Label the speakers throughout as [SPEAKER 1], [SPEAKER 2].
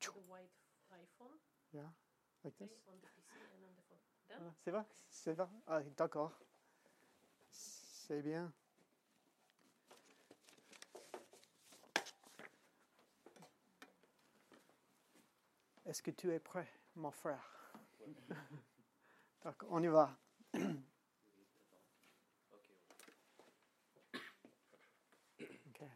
[SPEAKER 1] the white iPhone
[SPEAKER 2] Yeah, like
[SPEAKER 1] okay,
[SPEAKER 2] this.
[SPEAKER 1] on the PC and on the phone.
[SPEAKER 2] Ah,
[SPEAKER 1] Done?
[SPEAKER 2] C'est vrai, c'est vrai. Ah, d'accord. C'est bien. Est-ce que tu es prêt, mon frère D'accord, on y va. Okay.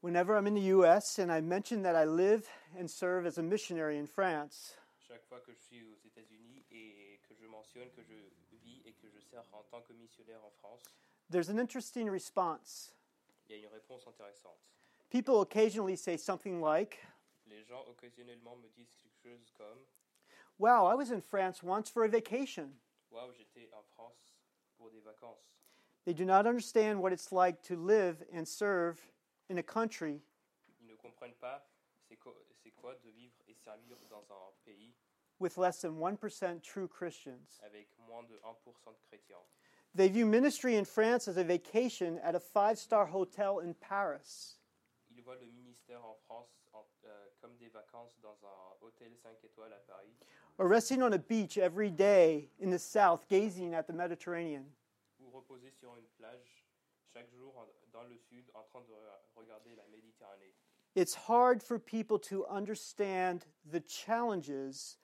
[SPEAKER 2] Whenever I'm in the U.S. and I mention that I live and serve as a missionary in France,
[SPEAKER 3] Chaque fois que je suis aux États-Unis et que je mentionne que je vis et que je sers en tant que missionnaire en France,
[SPEAKER 2] there's an interesting response.
[SPEAKER 3] il y a une réponse intéressante.
[SPEAKER 2] People occasionally say something like,
[SPEAKER 3] Les gens occasionnellement me disent quelque chose comme
[SPEAKER 2] Wow, I was in France once for a vacation.
[SPEAKER 3] Waouh, j'étais en France pour des vacances.
[SPEAKER 2] They do not understand what it's like to live and serve in a country
[SPEAKER 3] Ils ne comprennent pas c'est quoi, c'est quoi de vivre et servir dans un pays
[SPEAKER 2] with less than 1% true Christians.
[SPEAKER 3] avec moins de 1% de chrétiens.
[SPEAKER 2] They view ministry in France as a vacation at a five star hotel in Paris.
[SPEAKER 3] Ils voient le ministère en France en- euh, comme des vacances dans un hôtel 5 étoiles à Paris
[SPEAKER 2] Or resting on a beach every day in the south, gazing at the Mediterranean.
[SPEAKER 3] ou reposer sur une plage chaque jour en- dans le sud en train de re- regarder la Méditerranée.
[SPEAKER 2] It's hard for people to understand the challenges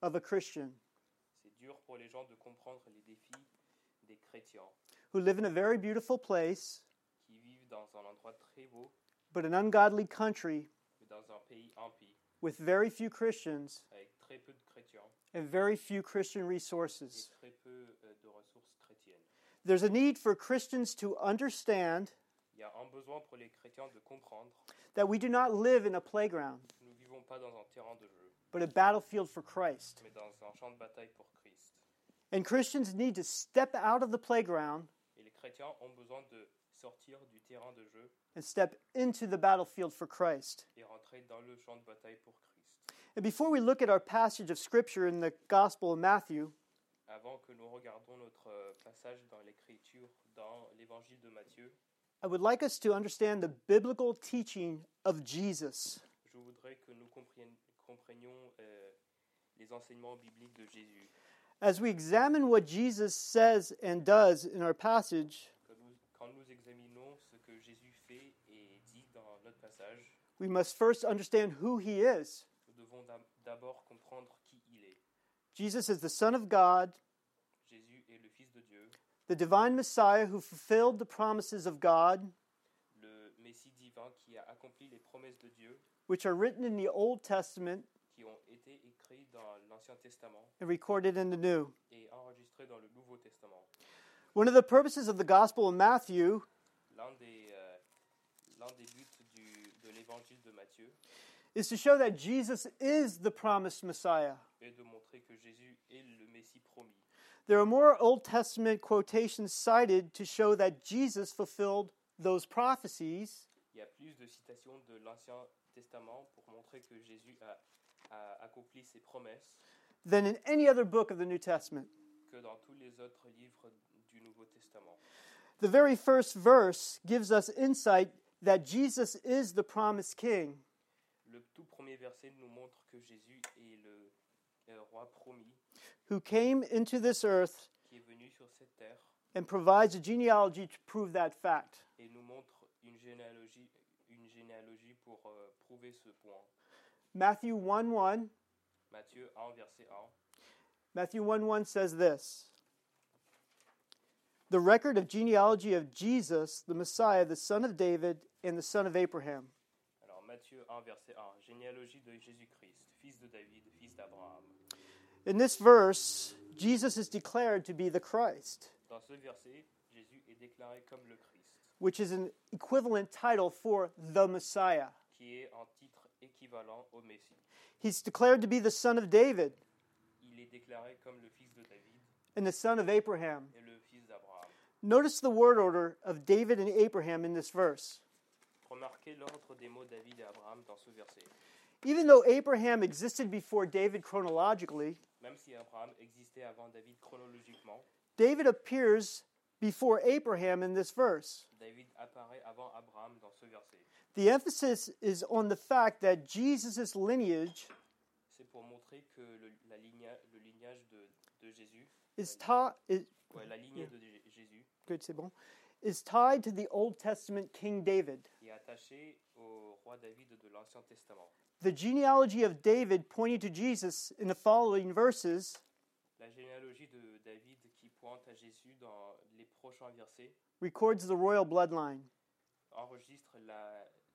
[SPEAKER 2] of a Christian
[SPEAKER 3] C'est dur pour les gens de comprendre les défis des chrétiens
[SPEAKER 2] who live in a very beautiful place,
[SPEAKER 3] qui vivent dans un endroit très beau,
[SPEAKER 2] but an ungodly country
[SPEAKER 3] mais dans un pays impie,
[SPEAKER 2] with very few Christians
[SPEAKER 3] avec très peu de chrétiens
[SPEAKER 2] and very few Christian
[SPEAKER 3] et
[SPEAKER 2] resources.
[SPEAKER 3] très peu euh, de ressources chrétiennes.
[SPEAKER 2] There's a need for Christians to understand
[SPEAKER 3] Il y a un besoin pour les chrétiens de comprendre
[SPEAKER 2] that we do not live in a playground,
[SPEAKER 3] que nous vivons pas dans un terrain de jeu,
[SPEAKER 2] but a battlefield for Christ.
[SPEAKER 3] mais dans un champ de bataille pour Christ.
[SPEAKER 2] And Christians need to step out of the playground
[SPEAKER 3] Et les chrétiens ont besoin de sortir du terrain de jeu
[SPEAKER 2] and step into the battlefield for Christ.
[SPEAKER 3] et rentrer dans le champ de bataille pour Christ.
[SPEAKER 2] And before we look at our passage of Scripture in the Gospel of Matthew,
[SPEAKER 3] Avant que nous regardons notre euh, passage dans l'Écriture, dans l'Évangile de Matthieu,
[SPEAKER 2] I would like us to understand the biblical teaching of Jesus.
[SPEAKER 3] je voudrais que nous comprenions, comprenions, euh, les enseignements bibliques de Jésus.
[SPEAKER 2] As we examine what Jesus says and does in our passage,
[SPEAKER 3] Quand nous, quand nous examinons ce que Jésus fait et dit dans notre passage,
[SPEAKER 2] we must first understand who he is.
[SPEAKER 3] nous devons d'ab- d'abord comprendre qui il est.
[SPEAKER 2] Jesus is the Son of God,
[SPEAKER 3] Jésus est le Fils de Dieu,
[SPEAKER 2] the divine Messiah who fulfilled the promises of God,
[SPEAKER 3] le Messie divin qui a accompli les promesses de Dieu
[SPEAKER 2] which are written in the Old Testament
[SPEAKER 3] qui ont été écrites dans l'Ancien Testament
[SPEAKER 2] and recorded in the New.
[SPEAKER 3] et enregistrées dans le Nouveau Testament.
[SPEAKER 2] One of the purposes of the Gospel of Matthew
[SPEAKER 3] L'un des, euh, l'un des buts du- de l'évangile de Matthieu
[SPEAKER 2] is to show that Jesus is the promised Messiah.
[SPEAKER 3] est de montrer que Jésus est le Messie promis.
[SPEAKER 2] There are more Old Testament quotations cited to show that Jesus fulfilled those prophecies
[SPEAKER 3] Il y a plus de citations de l'Ancien Testament pour montrer que Jésus a, a accompli ses promesses
[SPEAKER 2] than in any other book of the New Testament.
[SPEAKER 3] que dans tous les autres livres du Nouveau Testament.
[SPEAKER 2] The very first verse gives us insight that Jesus is the promised king.
[SPEAKER 3] Le tout premier verset nous montre que Jésus est le euh, roi promis
[SPEAKER 2] who came into this earth
[SPEAKER 3] qui est venu sur cette terre
[SPEAKER 2] and provides a genealogy to prove that fact.
[SPEAKER 3] et nous montre une généalogie, une généalogie pour euh, prouver ce point.
[SPEAKER 2] Matthew 1 1,
[SPEAKER 3] Matthieu 1, verset 1.
[SPEAKER 2] Matthew 1 1 says this The record of genealogy of Jesus, the Messiah, the son of David, and the son of Abraham.
[SPEAKER 3] Alors Matthieu 1, verset 1, généalogie de Jésus-Christ, fils de David, fils d'Abraham.
[SPEAKER 2] In this verse, Jesus is declared to be the Christ,
[SPEAKER 3] Dans ce verset, Jésus est déclaré comme le Christ,
[SPEAKER 2] which is an equivalent title for the Messiah.
[SPEAKER 3] qui est en titre équivalent au Messie.
[SPEAKER 2] He's declared to be the son of David
[SPEAKER 3] Il est déclaré comme le fils de David
[SPEAKER 2] and the son of Abraham.
[SPEAKER 3] et le fils d'Abraham.
[SPEAKER 2] Notice the word order of David and Abraham in this verse.
[SPEAKER 3] Remarquez l'ordre des mots David et Abraham dans ce verset.
[SPEAKER 2] Even though Abraham existed before David chronologically,
[SPEAKER 3] Même si Abraham existait avant David chronologiquement,
[SPEAKER 2] David appears before Abraham in this verse.
[SPEAKER 3] David apparaît avant Abraham dans ce verset.
[SPEAKER 2] The emphasis is on the fact that Jesus' lineage
[SPEAKER 3] C'est pour montrer que le, la ligna- le lignage de, de Jésus,
[SPEAKER 2] is tied
[SPEAKER 3] ouais, la lignée de Jé- Jésus,
[SPEAKER 2] is tied to the Old Testament King David.
[SPEAKER 3] est attachée au roi David de l'Ancien Testament.
[SPEAKER 2] The genealogy of David pointing to Jesus in the following verses
[SPEAKER 3] La généalogie de David qui pointe à Jésus dans les prochains versets
[SPEAKER 2] records the royal bloodline.
[SPEAKER 3] enregistre la,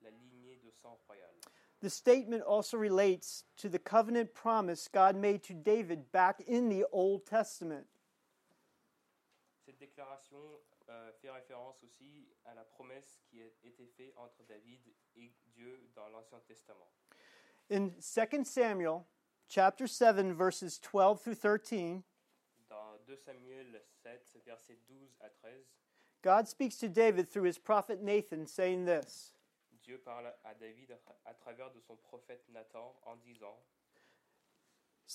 [SPEAKER 3] la lignée de sang royal.
[SPEAKER 2] The statement also relates to the covenant promise God made to David back in the Old Testament.
[SPEAKER 3] Cette déclaration euh, fait référence aussi à la promesse qui a été faite entre David et Dieu dans l'Ancien Testament.
[SPEAKER 2] In 2 Samuel chapter 7 verses 12 through 13,
[SPEAKER 3] Dans 2 Samuel 7, versets 12 à 13,
[SPEAKER 2] God speaks to David through his prophet Nathan saying this:
[SPEAKER 3] Dieu parle à David à travers de son prophète Nathan en disant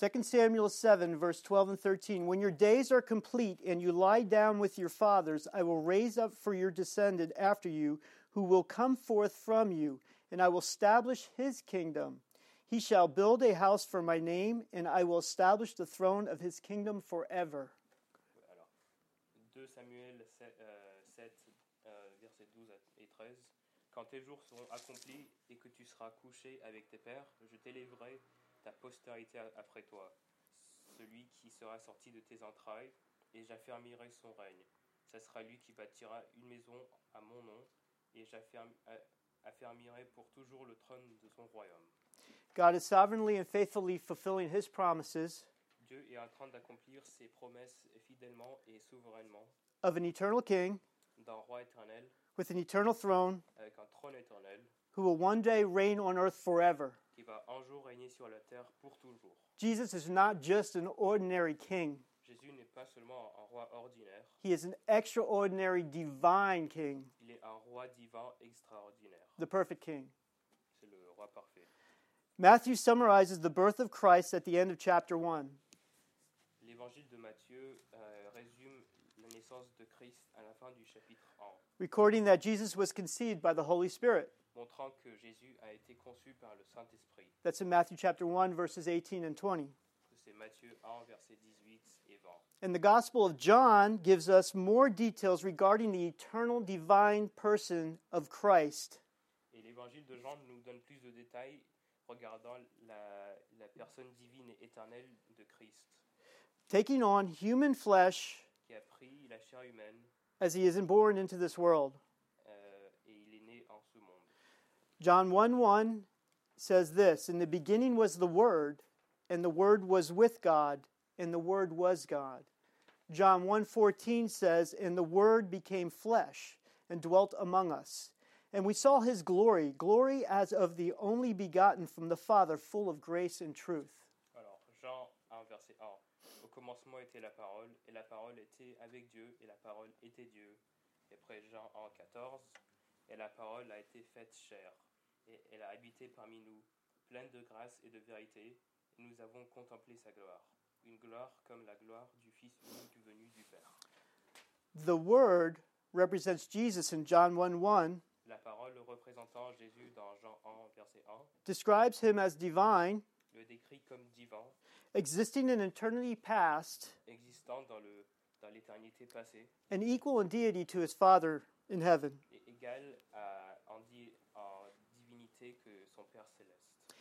[SPEAKER 2] 2 Samuel 7, verse 12 and 13. When your days are complete and you lie down with your fathers, I will raise up for your descendant after you, who will come forth from you, and I will establish his kingdom. He shall build a house for my name, and I will establish the throne of his kingdom forever.
[SPEAKER 3] Alors, 2 Samuel 7, euh, 7, euh, versets 12 à- et 13. Quand tes jours seront accomplis et que tu seras couché avec tes pères, je t'élèverai ta postérité a- après toi, celui qui sera sorti de tes entrailles, et j'affermirai son règne. Ce sera lui qui bâtira une maison à mon nom, et j'affermirai pour toujours le trône de son royaume.
[SPEAKER 2] God is sovereignly and faithfully fulfilling his promises
[SPEAKER 3] Dieu est en train d'accomplir ses promesses fidèlement et souverainement
[SPEAKER 2] of an eternal king
[SPEAKER 3] d'un roi éternel
[SPEAKER 2] with an eternal throne
[SPEAKER 3] avec un trône éternel
[SPEAKER 2] who will one day reign on earth forever.
[SPEAKER 3] qui va un jour régner sur la terre pour toujours.
[SPEAKER 2] Jesus is not just an ordinary king.
[SPEAKER 3] Jésus n'est pas seulement un roi ordinaire,
[SPEAKER 2] He is an extraordinary divine king,
[SPEAKER 3] il est un roi divin extraordinaire.
[SPEAKER 2] the perfect king.
[SPEAKER 3] C'est le roi parfait.
[SPEAKER 2] Matthew summarizes the birth of Christ at the end of chapter 1.
[SPEAKER 3] L'évangile de Matthieu euh, résume la naissance de Christ à la fin du chapitre 1,
[SPEAKER 2] recording that Jesus was conceived by the Holy Spirit.
[SPEAKER 3] montrant que Jésus a été conçu par le Saint-Esprit.
[SPEAKER 2] That's in Matthew chapter 1 verses 18 and 20.
[SPEAKER 3] C'est Matthieu 1, versets 18 et 20.
[SPEAKER 2] And the Gospel of John gives us more details regarding the eternal divine person of Christ.
[SPEAKER 3] Et l'évangile de Jean nous donne plus de détails regardant la, la personne divine et éternelle de Christ,
[SPEAKER 2] Taking on human flesh
[SPEAKER 3] qui a pris la chair humaine
[SPEAKER 2] as he isn't born into this world.
[SPEAKER 3] euh, et il est né en ce monde.
[SPEAKER 2] John 1 1 says this In the beginning was the Word, and the Word was with God, and the Word was God. John 1 says, And the Word became flesh and dwelt among us. And we saw his glory, glory as of the only begotten from the Father, full of grace and truth.
[SPEAKER 3] Alors, Jean 1, verset 1. Au commencement était la parole, et la parole était avec Dieu, et la parole était Dieu. Et après Jean 1, 14. Et la parole a été faite chair, et elle a habité parmi nous, pleine de grâce et de vérité, et nous avons contemplé sa gloire. Une gloire comme la gloire du Fils unique venu du Père.
[SPEAKER 2] The Word represents Jesus in John 1 1,
[SPEAKER 3] La parole représentant Jésus dans Jean 1, verset 1,
[SPEAKER 2] describes him as divine,
[SPEAKER 3] le décrit comme divin,
[SPEAKER 2] existing in eternity past,
[SPEAKER 3] existant dans le- dans l'éternité passée,
[SPEAKER 2] and equal in deity to his Father in heaven.
[SPEAKER 3] est égal à, en, di- en divinité que son Père céleste.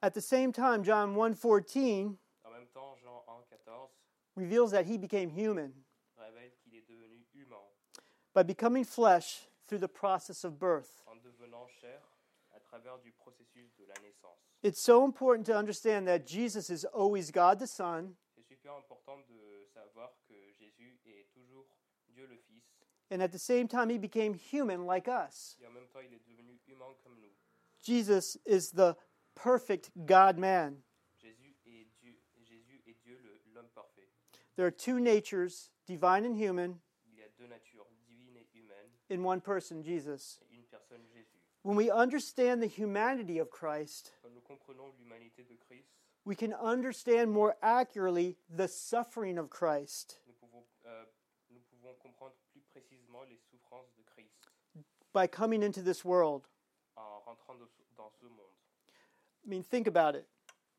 [SPEAKER 2] At the same time, John 1:14
[SPEAKER 3] En même temps, Jean 1, 14
[SPEAKER 2] reveals that he became human
[SPEAKER 3] révèle qu'il est devenu humain
[SPEAKER 2] by becoming flesh through the process of birth.
[SPEAKER 3] en devenant chair à travers du processus de la naissance.
[SPEAKER 2] It's so important to understand that Jesus is always God the Son
[SPEAKER 3] C'est super important de savoir que Jésus est toujours Dieu le Fils
[SPEAKER 2] and at the same time he became human like us.
[SPEAKER 3] et en même temps il est devenu humain comme nous.
[SPEAKER 2] Jesus is the perfect God man.
[SPEAKER 3] Jésus est Dieu, Jésus est Dieu le- l'homme parfait.
[SPEAKER 2] There are two natures, divine and human,
[SPEAKER 3] Il y a deux natures, divine et humaine,
[SPEAKER 2] in one person, Jesus.
[SPEAKER 3] et une personne Jésus.
[SPEAKER 2] When we understand the humanity of Christ,
[SPEAKER 3] Quand nous comprenons l'humanité de Christ,
[SPEAKER 2] we can understand more accurately the suffering of Christ.
[SPEAKER 3] nous pouvons, euh, nous pouvons comprendre plus précisément les souffrances de Christ
[SPEAKER 2] by coming into this world.
[SPEAKER 3] en rentrant de- dans ce monde.
[SPEAKER 2] I mean, think about it.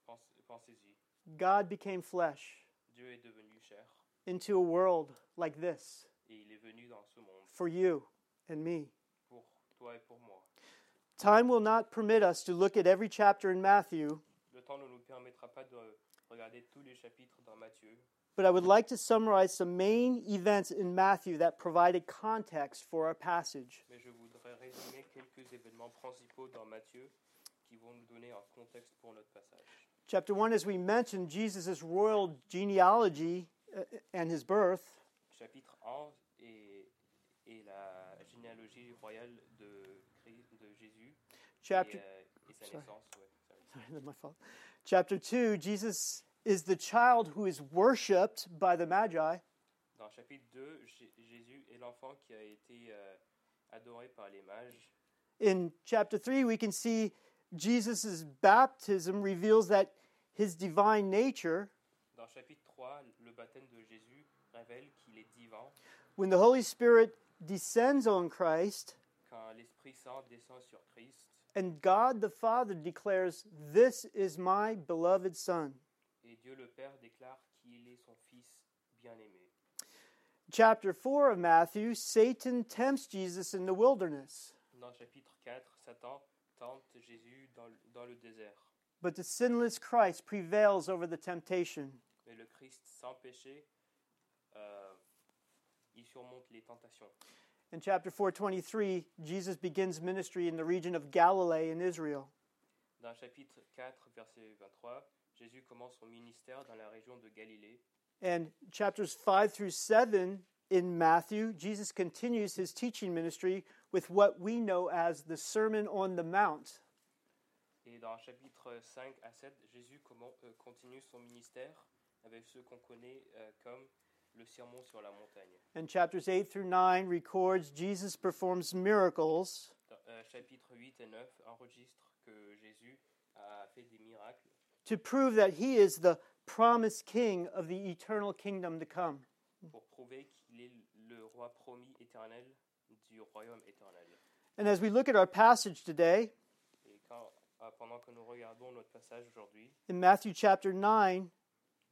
[SPEAKER 3] Pense- Pensez-y.
[SPEAKER 2] God became flesh
[SPEAKER 3] Dieu est devenu cher
[SPEAKER 2] into a world like this
[SPEAKER 3] et il est venu dans ce monde
[SPEAKER 2] for you and me.
[SPEAKER 3] pour toi et pour moi.
[SPEAKER 2] Time will not permit us to look at every chapter in Matthew,
[SPEAKER 3] Le temps ne nous permettra pas de regarder tous les chapitres dans Matthieu,
[SPEAKER 2] but I would like to summarize some main events in Matthew that provided context for our passage.
[SPEAKER 3] mais je voudrais résumer quelques événements principaux dans Matthieu qui vont nous donner un contexte pour notre passage.
[SPEAKER 2] Chapter 1, as we mentioned, Jesus' royal genealogy uh, and his birth.
[SPEAKER 3] Chapitre 1 est, est la généalogie royale de, Christ- de Jésus
[SPEAKER 2] Chapter,
[SPEAKER 3] et, euh, et sa
[SPEAKER 2] Sorry.
[SPEAKER 3] naissance. ouais, sorry.
[SPEAKER 2] sorry, that's my fault. Chapter 2, Jesus is the child who is worshiped by the Magi.
[SPEAKER 3] Dans chapitre 2, Jé- Jésus est l'enfant qui a été euh, adoré par les mages.
[SPEAKER 2] In chapter 3, we can see Jesus' baptism reveals that his divine nature,
[SPEAKER 3] Dans chapitre 3, le baptême de Jésus révèle qu'il est divin.
[SPEAKER 2] when the Holy Spirit descends on Christ,
[SPEAKER 3] Quand l'Esprit Saint descend sur Christ
[SPEAKER 2] and God the Father declares, This is my beloved Son.
[SPEAKER 3] et Dieu le Père déclare qu'il est son Fils bien-aimé.
[SPEAKER 2] Chapter 4 of Matthew, Satan tempts Jesus in the wilderness,
[SPEAKER 3] Dans chapitre 4, Satan tente Jésus dans le, dans le désert.
[SPEAKER 2] but the sinless Christ prevails over the temptation.
[SPEAKER 3] Mais le Christ sans péché, euh, il surmonte les tentations.
[SPEAKER 2] In chapter 423, Jesus begins ministry in the region of Galilee in Israel.
[SPEAKER 3] Dans chapitre 4, verset 23, Jésus commence son ministère dans la région de Galilée.
[SPEAKER 2] And chapters 5 through 7 in Matthew, Jesus continues his teaching ministry with what we know as the Sermon on the Mount.
[SPEAKER 3] Et dans chapitre 5 à 7, Jésus comment- euh, continue son ministère avec ce qu'on connaît euh, comme le sermon sur la montagne.
[SPEAKER 2] And chapters 8 through 9 records Jesus performs miracles.
[SPEAKER 3] Dans, euh, chapitre 8 et 9 enregistrent que Jésus a fait des miracles
[SPEAKER 2] to prove that he is the promised king of the eternal kingdom to come.
[SPEAKER 3] pour prouver qu'il est le roi promis éternel du royaume éternel.
[SPEAKER 2] And as we look at our passage today,
[SPEAKER 3] Et quand, ah, pendant que nous regardons notre passage aujourd'hui,
[SPEAKER 2] in Matthew chapter 9,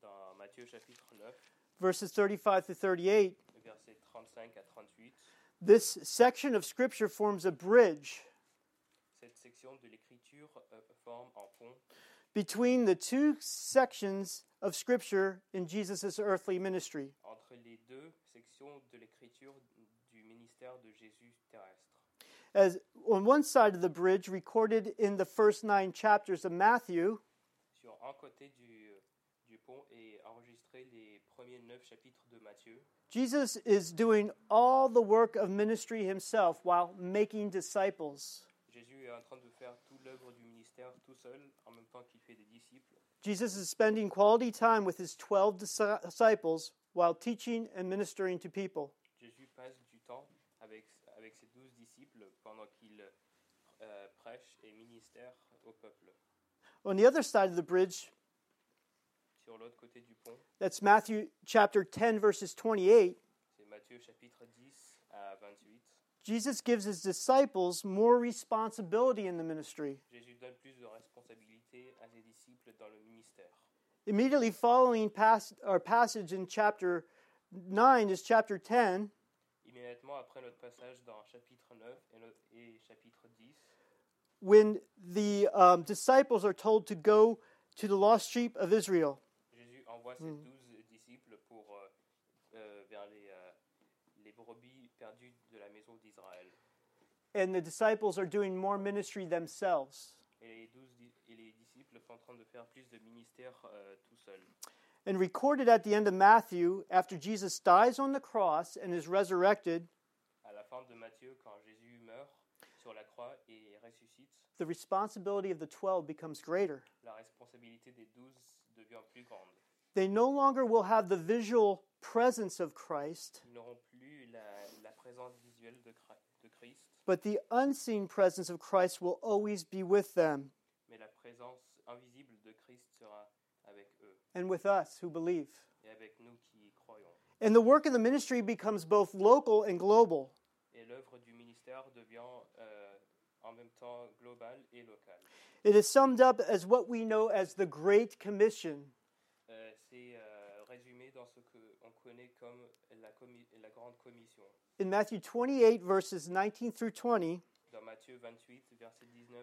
[SPEAKER 3] dans Matthieu chapitre 9,
[SPEAKER 2] verses 35 to 38,
[SPEAKER 3] versets 35 à 38,
[SPEAKER 2] this section of scripture forms a bridge
[SPEAKER 3] cette section de l'écriture euh, forme un pont
[SPEAKER 2] between the two sections of scripture in Jesus' earthly ministry.
[SPEAKER 3] entre les deux sections de l'écriture du ministère de Jésus terrestre.
[SPEAKER 2] As on one side of the bridge, recorded in the first nine chapters of Matthew,
[SPEAKER 3] Sur un côté du, euh, du pont est enregistré les premiers neuf chapitres de Matthieu.
[SPEAKER 2] Jesus is doing all the work of ministry himself while making disciples.
[SPEAKER 3] Jésus est en train de faire toute l'œuvre du ministère tout seul, en même temps qu'il fait des disciples.
[SPEAKER 2] Jesus is spending quality time with his 12 disci- disciples while teaching and ministering to people.
[SPEAKER 3] Jésus passe du temps avec, avec ses douze disciples pendant qu'il euh, prêche et ministère au peuple.
[SPEAKER 2] On the other side of the bridge,
[SPEAKER 3] Sur l'autre côté du pont,
[SPEAKER 2] that's Matthew chapter 10, verses 28,
[SPEAKER 3] c'est Matthieu chapitre 10 à 28.
[SPEAKER 2] Jesus gives his disciples more responsibility in the ministry.
[SPEAKER 3] Jésus donne plus de responsabilités à ses disciples dans le ministère.
[SPEAKER 2] Immediately following pas- our passage in chapter 9 is chapter 10,
[SPEAKER 3] Immédiatement après notre passage dans chapitre 9 et, no- et chapitre 10,
[SPEAKER 2] when the um, disciples are told to go to the lost sheep of Israel.
[SPEAKER 3] Jésus envoie ses douze disciples pour, euh, euh, vers les, euh, les brebis perdues de la maison d'Israël.
[SPEAKER 2] And the disciples are doing more ministry themselves.
[SPEAKER 3] Et les, douze di- et les disciples sont en train de faire plus de ministère euh, tout seuls.
[SPEAKER 2] And recorded at the end of Matthew, after Jesus dies on the cross and is resurrected,
[SPEAKER 3] À la fin de Matthieu, quand Jésus meurt sur la croix et ressuscite,
[SPEAKER 2] the responsibility of the 12 becomes greater.
[SPEAKER 3] la responsabilité des douze devient plus grande.
[SPEAKER 2] They no longer will have the visual presence of Christ,
[SPEAKER 3] Ils n'auront plus la, la présence visuelle de Chra- de Christ,
[SPEAKER 2] but the unseen presence of Christ will always be with them
[SPEAKER 3] mais la présence invisible de Christ sera avec eux
[SPEAKER 2] and with us who believe.
[SPEAKER 3] et avec nous qui y croyons.
[SPEAKER 2] And the work of the ministry becomes both local and global.
[SPEAKER 3] Et l'œuvre du ministère devient euh, en même temps global et local.
[SPEAKER 2] It is summed up as what we know as the Great Commission.
[SPEAKER 3] Euh, c'est euh, résumé dans ce qu'on connaît comme la, commi- la Grande Commission.
[SPEAKER 2] In Matthew 28, verses 19 through 20,
[SPEAKER 3] Dans Matthieu 28, verset 19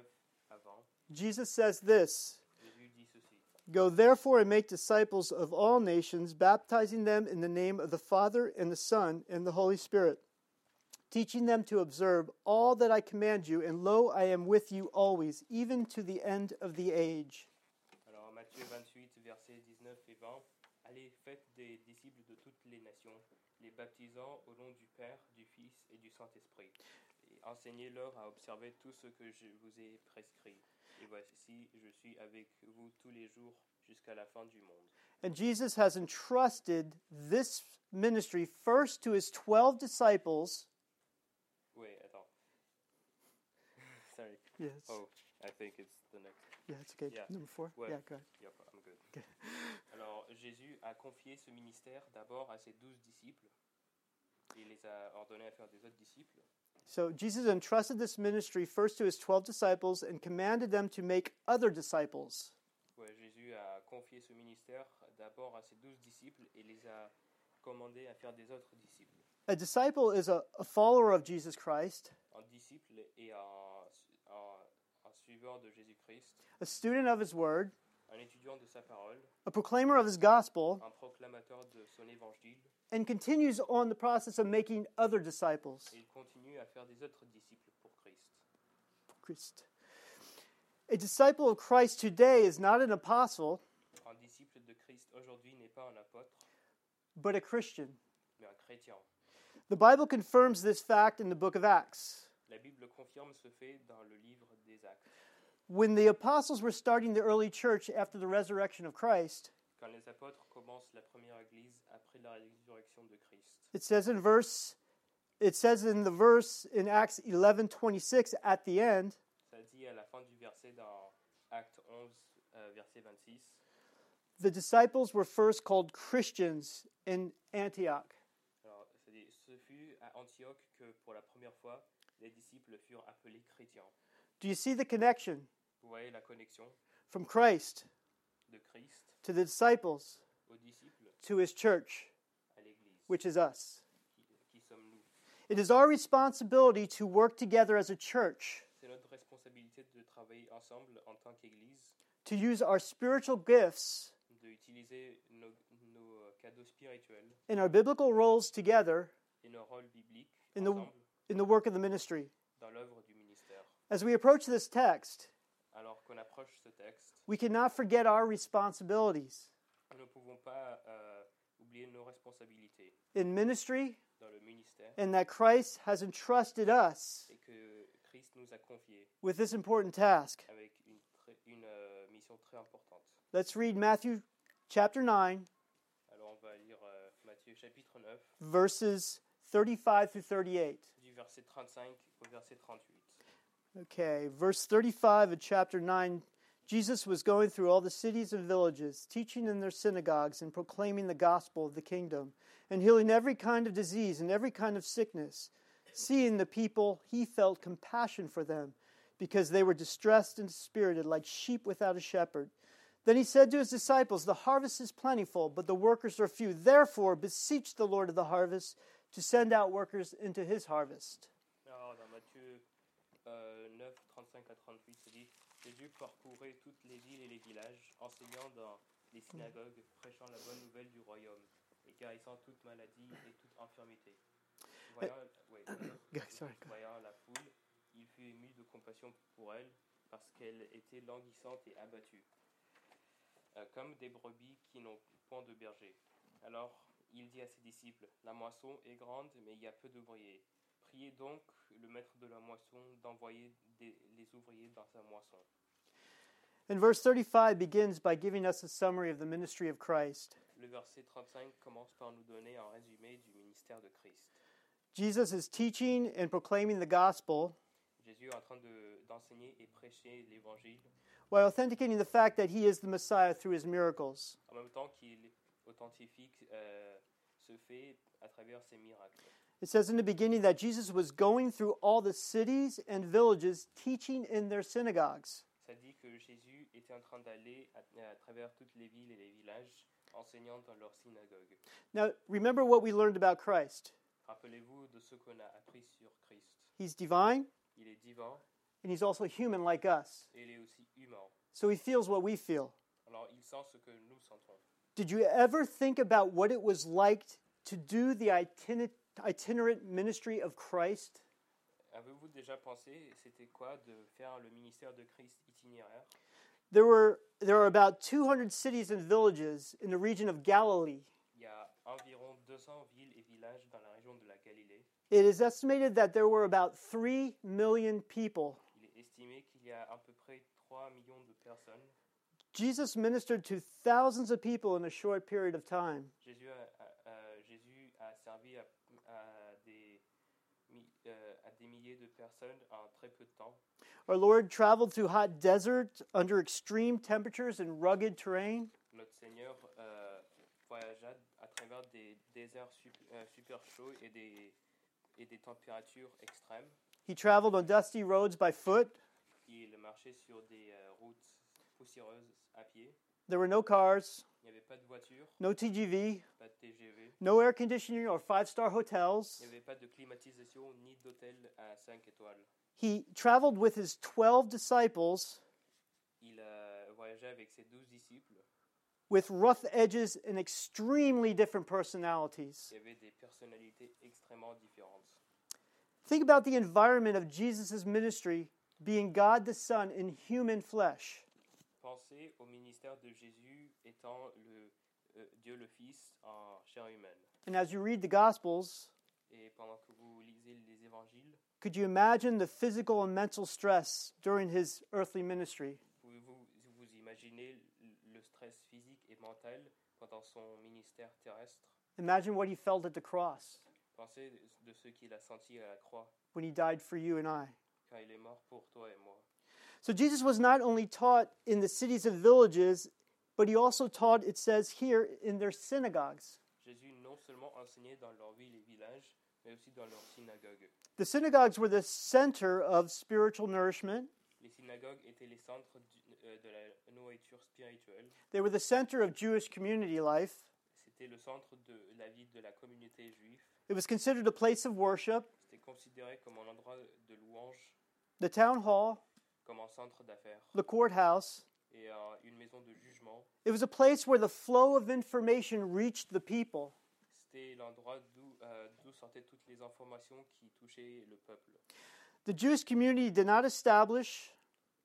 [SPEAKER 3] avant,
[SPEAKER 2] Jesus says this
[SPEAKER 3] Jésus dit ceci.
[SPEAKER 2] Go therefore and make disciples of all nations, baptizing them in the name of the Father, and the Son, and the Holy Spirit, teaching them to observe all that I command you, and lo, I am with you always, even to the end of the age.
[SPEAKER 3] Alors Matthieu 28, versets 19 et 20. Allez, faites des disciples de toutes les nations, les baptisant au nom du Père, du Fils et du Saint-Esprit. Et enseignez-leur à observer tout ce que je vous ai prescrit. Et voici, je suis avec vous tous les jours jusqu'à la fin du monde.
[SPEAKER 2] And Jesus has entrusted this ministry first to his 12 disciples.
[SPEAKER 3] Ouais, attends. Sorry.
[SPEAKER 2] Yes.
[SPEAKER 3] Oh, I think it's the next.
[SPEAKER 2] Yeah, it's okay.
[SPEAKER 3] Yeah.
[SPEAKER 2] Number four.
[SPEAKER 3] Well-
[SPEAKER 2] Yeah, go ahead.
[SPEAKER 3] Yep, I'm good. Alors, Jésus a confié ce ministère d'abord à ses douze disciples. Il les a ordonnés à faire des autres disciples.
[SPEAKER 2] So Jesus entrusted this ministry first to his 12 disciples and commanded them to make other disciples.
[SPEAKER 3] Ouais, Jésus a confié ce ministère d'abord à ses douze disciples et les a commandés à faire des autres disciples.
[SPEAKER 2] A disciple is a, a follower of Jesus Christ,
[SPEAKER 3] En disciple et en, en, en suiveur de Jésus-Christ,
[SPEAKER 2] a student of his word,
[SPEAKER 3] un étudiant de sa parole,
[SPEAKER 2] a proclaimer of his gospel,
[SPEAKER 3] un proclamateur de son évangile,
[SPEAKER 2] and continues on the process of making other disciples.
[SPEAKER 3] et il continue à faire des autres disciples pour Christ.
[SPEAKER 2] Christ. A disciple of Christ today is not an apostle,
[SPEAKER 3] Un disciple de Christ aujourd'hui n'est pas un apôtre,
[SPEAKER 2] but a Christian.
[SPEAKER 3] mais un chrétien.
[SPEAKER 2] The Bible confirms this fact in the book of Acts.
[SPEAKER 3] La Bible confirme ce fait dans le livre des Actes.
[SPEAKER 2] When the apostles were starting the early church after the resurrection of Christ,
[SPEAKER 3] Quand les apôtres commencent la première église après la résurrection de Christ,
[SPEAKER 2] It says in verse it says in the verse in Acts 11:26 at the end,
[SPEAKER 3] Ça dit à la fin du verset dans Acte 11, euh, verset 26,
[SPEAKER 2] the disciples were first called Christians in Antioch.
[SPEAKER 3] alors, ça dit, ce fut à Antioche que pour la première fois, les disciples furent appelés chrétiens.
[SPEAKER 2] Do you see the connection
[SPEAKER 3] Vous voyez la connexion
[SPEAKER 2] from Christ
[SPEAKER 3] de Christ
[SPEAKER 2] to the disciples
[SPEAKER 3] aux disciples,
[SPEAKER 2] to his church,
[SPEAKER 3] à l'Église.
[SPEAKER 2] which is us?
[SPEAKER 3] Qui, qui sommes-nous
[SPEAKER 2] It is our responsibility to work together as a church,
[SPEAKER 3] C'est notre responsabilité de travailler ensemble en tant qu'Église,
[SPEAKER 2] to use our spiritual gifts
[SPEAKER 3] d'utiliser nos, nos, euh, cadeaux spirituels
[SPEAKER 2] and our biblical roles together
[SPEAKER 3] et nos rôles bibliques
[SPEAKER 2] Et nous-
[SPEAKER 3] ensemble
[SPEAKER 2] in the work of the ministry.
[SPEAKER 3] dans l'œuvre du ministère.
[SPEAKER 2] As we approach this text,
[SPEAKER 3] Alors qu'on approche ce texte,
[SPEAKER 2] we cannot forget our responsibilities
[SPEAKER 3] nous ne pouvons pas euh, oublier nos responsabilités.
[SPEAKER 2] in ministry,
[SPEAKER 3] dans le ministère
[SPEAKER 2] and that Christ has entrusted us
[SPEAKER 3] et que Christ nous a confié
[SPEAKER 2] with this important task.
[SPEAKER 3] avec une, très- une, euh, mission très importante.
[SPEAKER 2] Let's read Matthew chapter 9,
[SPEAKER 3] Alors on va lire euh, Matthieu chapitre 9
[SPEAKER 2] verses 35 through 38.
[SPEAKER 3] du verset 35 au verset 38.
[SPEAKER 2] Okay, verse 35 of chapter 9. Jesus was going through all the cities and villages, teaching in their synagogues and proclaiming the gospel of the kingdom, and healing every kind of disease and every kind of sickness. Seeing the people, he felt compassion for them, because they were distressed and dispirited, like sheep without a shepherd. Then he said to his disciples, The harvest is plentiful, but the workers are few. Therefore, beseech the Lord of the harvest to send out workers into his harvest.
[SPEAKER 3] Alors Ah, dans Matthieu euh, 9, 35 à 38, c'est dit Jésus parcourait toutes les villes et les villages, enseignant dans les synagogues, prêchant la bonne nouvelle du royaume et guérissant toute maladie et toute infirmité. Voyant, ouais.
[SPEAKER 2] Sorry, go
[SPEAKER 3] Voyant la foule, il fut ému de compassion pour elle, parce qu'elle était languissante et abattue, euh, comme des brebis qui n'ont point de berger. Alors il dit à ses disciples, La moisson est grande, mais il y a peu d'ouvriers. Priez donc le maître de la moisson d'envoyer des- les ouvriers dans sa moisson.
[SPEAKER 2] And verse 35 begins by giving us a summary of the ministry of Christ.
[SPEAKER 3] Le verset 35 commence par nous donner un résumé du ministère de Christ.
[SPEAKER 2] Jesus is teaching and proclaiming the gospel
[SPEAKER 3] Jésus est en train de- d'enseigner et prêcher l'évangile,
[SPEAKER 2] while authenticating the fact that he is the Messiah through his miracles.
[SPEAKER 3] en même temps qu'il authentifie euh, ce fait à travers ses miracles.
[SPEAKER 2] It says in the beginning that Jesus was going through all the cities and villages teaching in their synagogues.
[SPEAKER 3] Ça dit que Jésus était en train d'aller à, à travers toutes les villes et les villages, enseignant dans leur synagogue.
[SPEAKER 2] Now, remember what we learned about Christ.
[SPEAKER 3] Rappelez-vous de ce qu'on a appris sur Christ.
[SPEAKER 2] He's divine
[SPEAKER 3] Il est divin
[SPEAKER 2] and he's also human like us.
[SPEAKER 3] et il est aussi humain.
[SPEAKER 2] So he feels what we feel.
[SPEAKER 3] Alors il sent ce que nous sentons.
[SPEAKER 2] Did you ever think about what it was like to do the itiner- itinerant ministry of Christ?
[SPEAKER 3] Avez-vous déjà pensé, c'était quoi de faire le ministère de Christ itinéraire
[SPEAKER 2] There were there are about 200 cities and villages in the region of Galilee.
[SPEAKER 3] Il y a environ 200 villes et villages dans la région de la Galilée.
[SPEAKER 2] It is estimated that there were about 3 million people.
[SPEAKER 3] Il est estimé qu'il y a à peu près 3 millions de personnes.
[SPEAKER 2] Jesus ministered to thousands of people in a short period of time.
[SPEAKER 3] Jésus a, a- a- Jésus a servi à, à des, mi- euh, à des milliers de personnes en très peu de temps.
[SPEAKER 2] Our Lord traveled through hot deserts under extreme temperatures and rugged terrain.
[SPEAKER 3] Notre Seigneur euh, voyagea à travers des déserts sup- euh, super chauds et des, et des températures extrêmes.
[SPEAKER 2] He traveled on dusty roads by foot.
[SPEAKER 3] Il marchait sur des euh, routes poussiéreuses à pied.
[SPEAKER 2] There were no cars,
[SPEAKER 3] Il n'y avait pas de voiture,
[SPEAKER 2] no TGV,
[SPEAKER 3] pas de TGV.
[SPEAKER 2] no air conditioning or five-star hotels.
[SPEAKER 3] Il n'y avait pas de climatisation ni d'hôtel à 5 étoiles.
[SPEAKER 2] He traveled with his 12 disciples
[SPEAKER 3] Il euh, voyagea avec ses douze disciples.
[SPEAKER 2] with rough edges and extremely different personalities.
[SPEAKER 3] Il y avait des personnalités extrêmement différentes.
[SPEAKER 2] Think about the environment of Jesus' ministry being God the Son in human flesh.
[SPEAKER 3] Pensez au ministère de Jésus étant le, euh, Dieu le Fils en chair humaine.
[SPEAKER 2] And as you read the Gospels,
[SPEAKER 3] Et pendant que vous lisez les évangiles,
[SPEAKER 2] could you imagine the physical and mental stress during his earthly ministry?
[SPEAKER 3] pouvez-vous vous imaginer le stress physique et mental pendant son ministère terrestre
[SPEAKER 2] Imagine what he felt at the cross
[SPEAKER 3] Pensez de ce qu'il a senti à la croix
[SPEAKER 2] when he died for you and I.
[SPEAKER 3] quand il est mort pour toi et moi.
[SPEAKER 2] So Jesus was not only taught in the cities and villages, but he also taught, it says here, in their synagogues.
[SPEAKER 3] Jésus non seulement enseignait dans leur ville et villages, mais aussi dans leur synagogue.
[SPEAKER 2] The synagogues were the center of spiritual nourishment.
[SPEAKER 3] Les synagogues étaient les centres du- euh, de la nourriture spirituelle.
[SPEAKER 2] They were the center of Jewish community life.
[SPEAKER 3] C'était le centre de la vie de la communauté juive.
[SPEAKER 2] It was considered a place of worship,
[SPEAKER 3] C'était considéré comme un endroit de louange,
[SPEAKER 2] the town hall,
[SPEAKER 3] comme un centre d'affaires
[SPEAKER 2] the courthouse.
[SPEAKER 3] et euh, une maison de jugement.
[SPEAKER 2] It was a place where the flow of information reached the people.
[SPEAKER 3] C'était l'endroit d'où euh, d'où sortaient toutes les informations qui touchaient le peuple.
[SPEAKER 2] The Jewish community did not establish,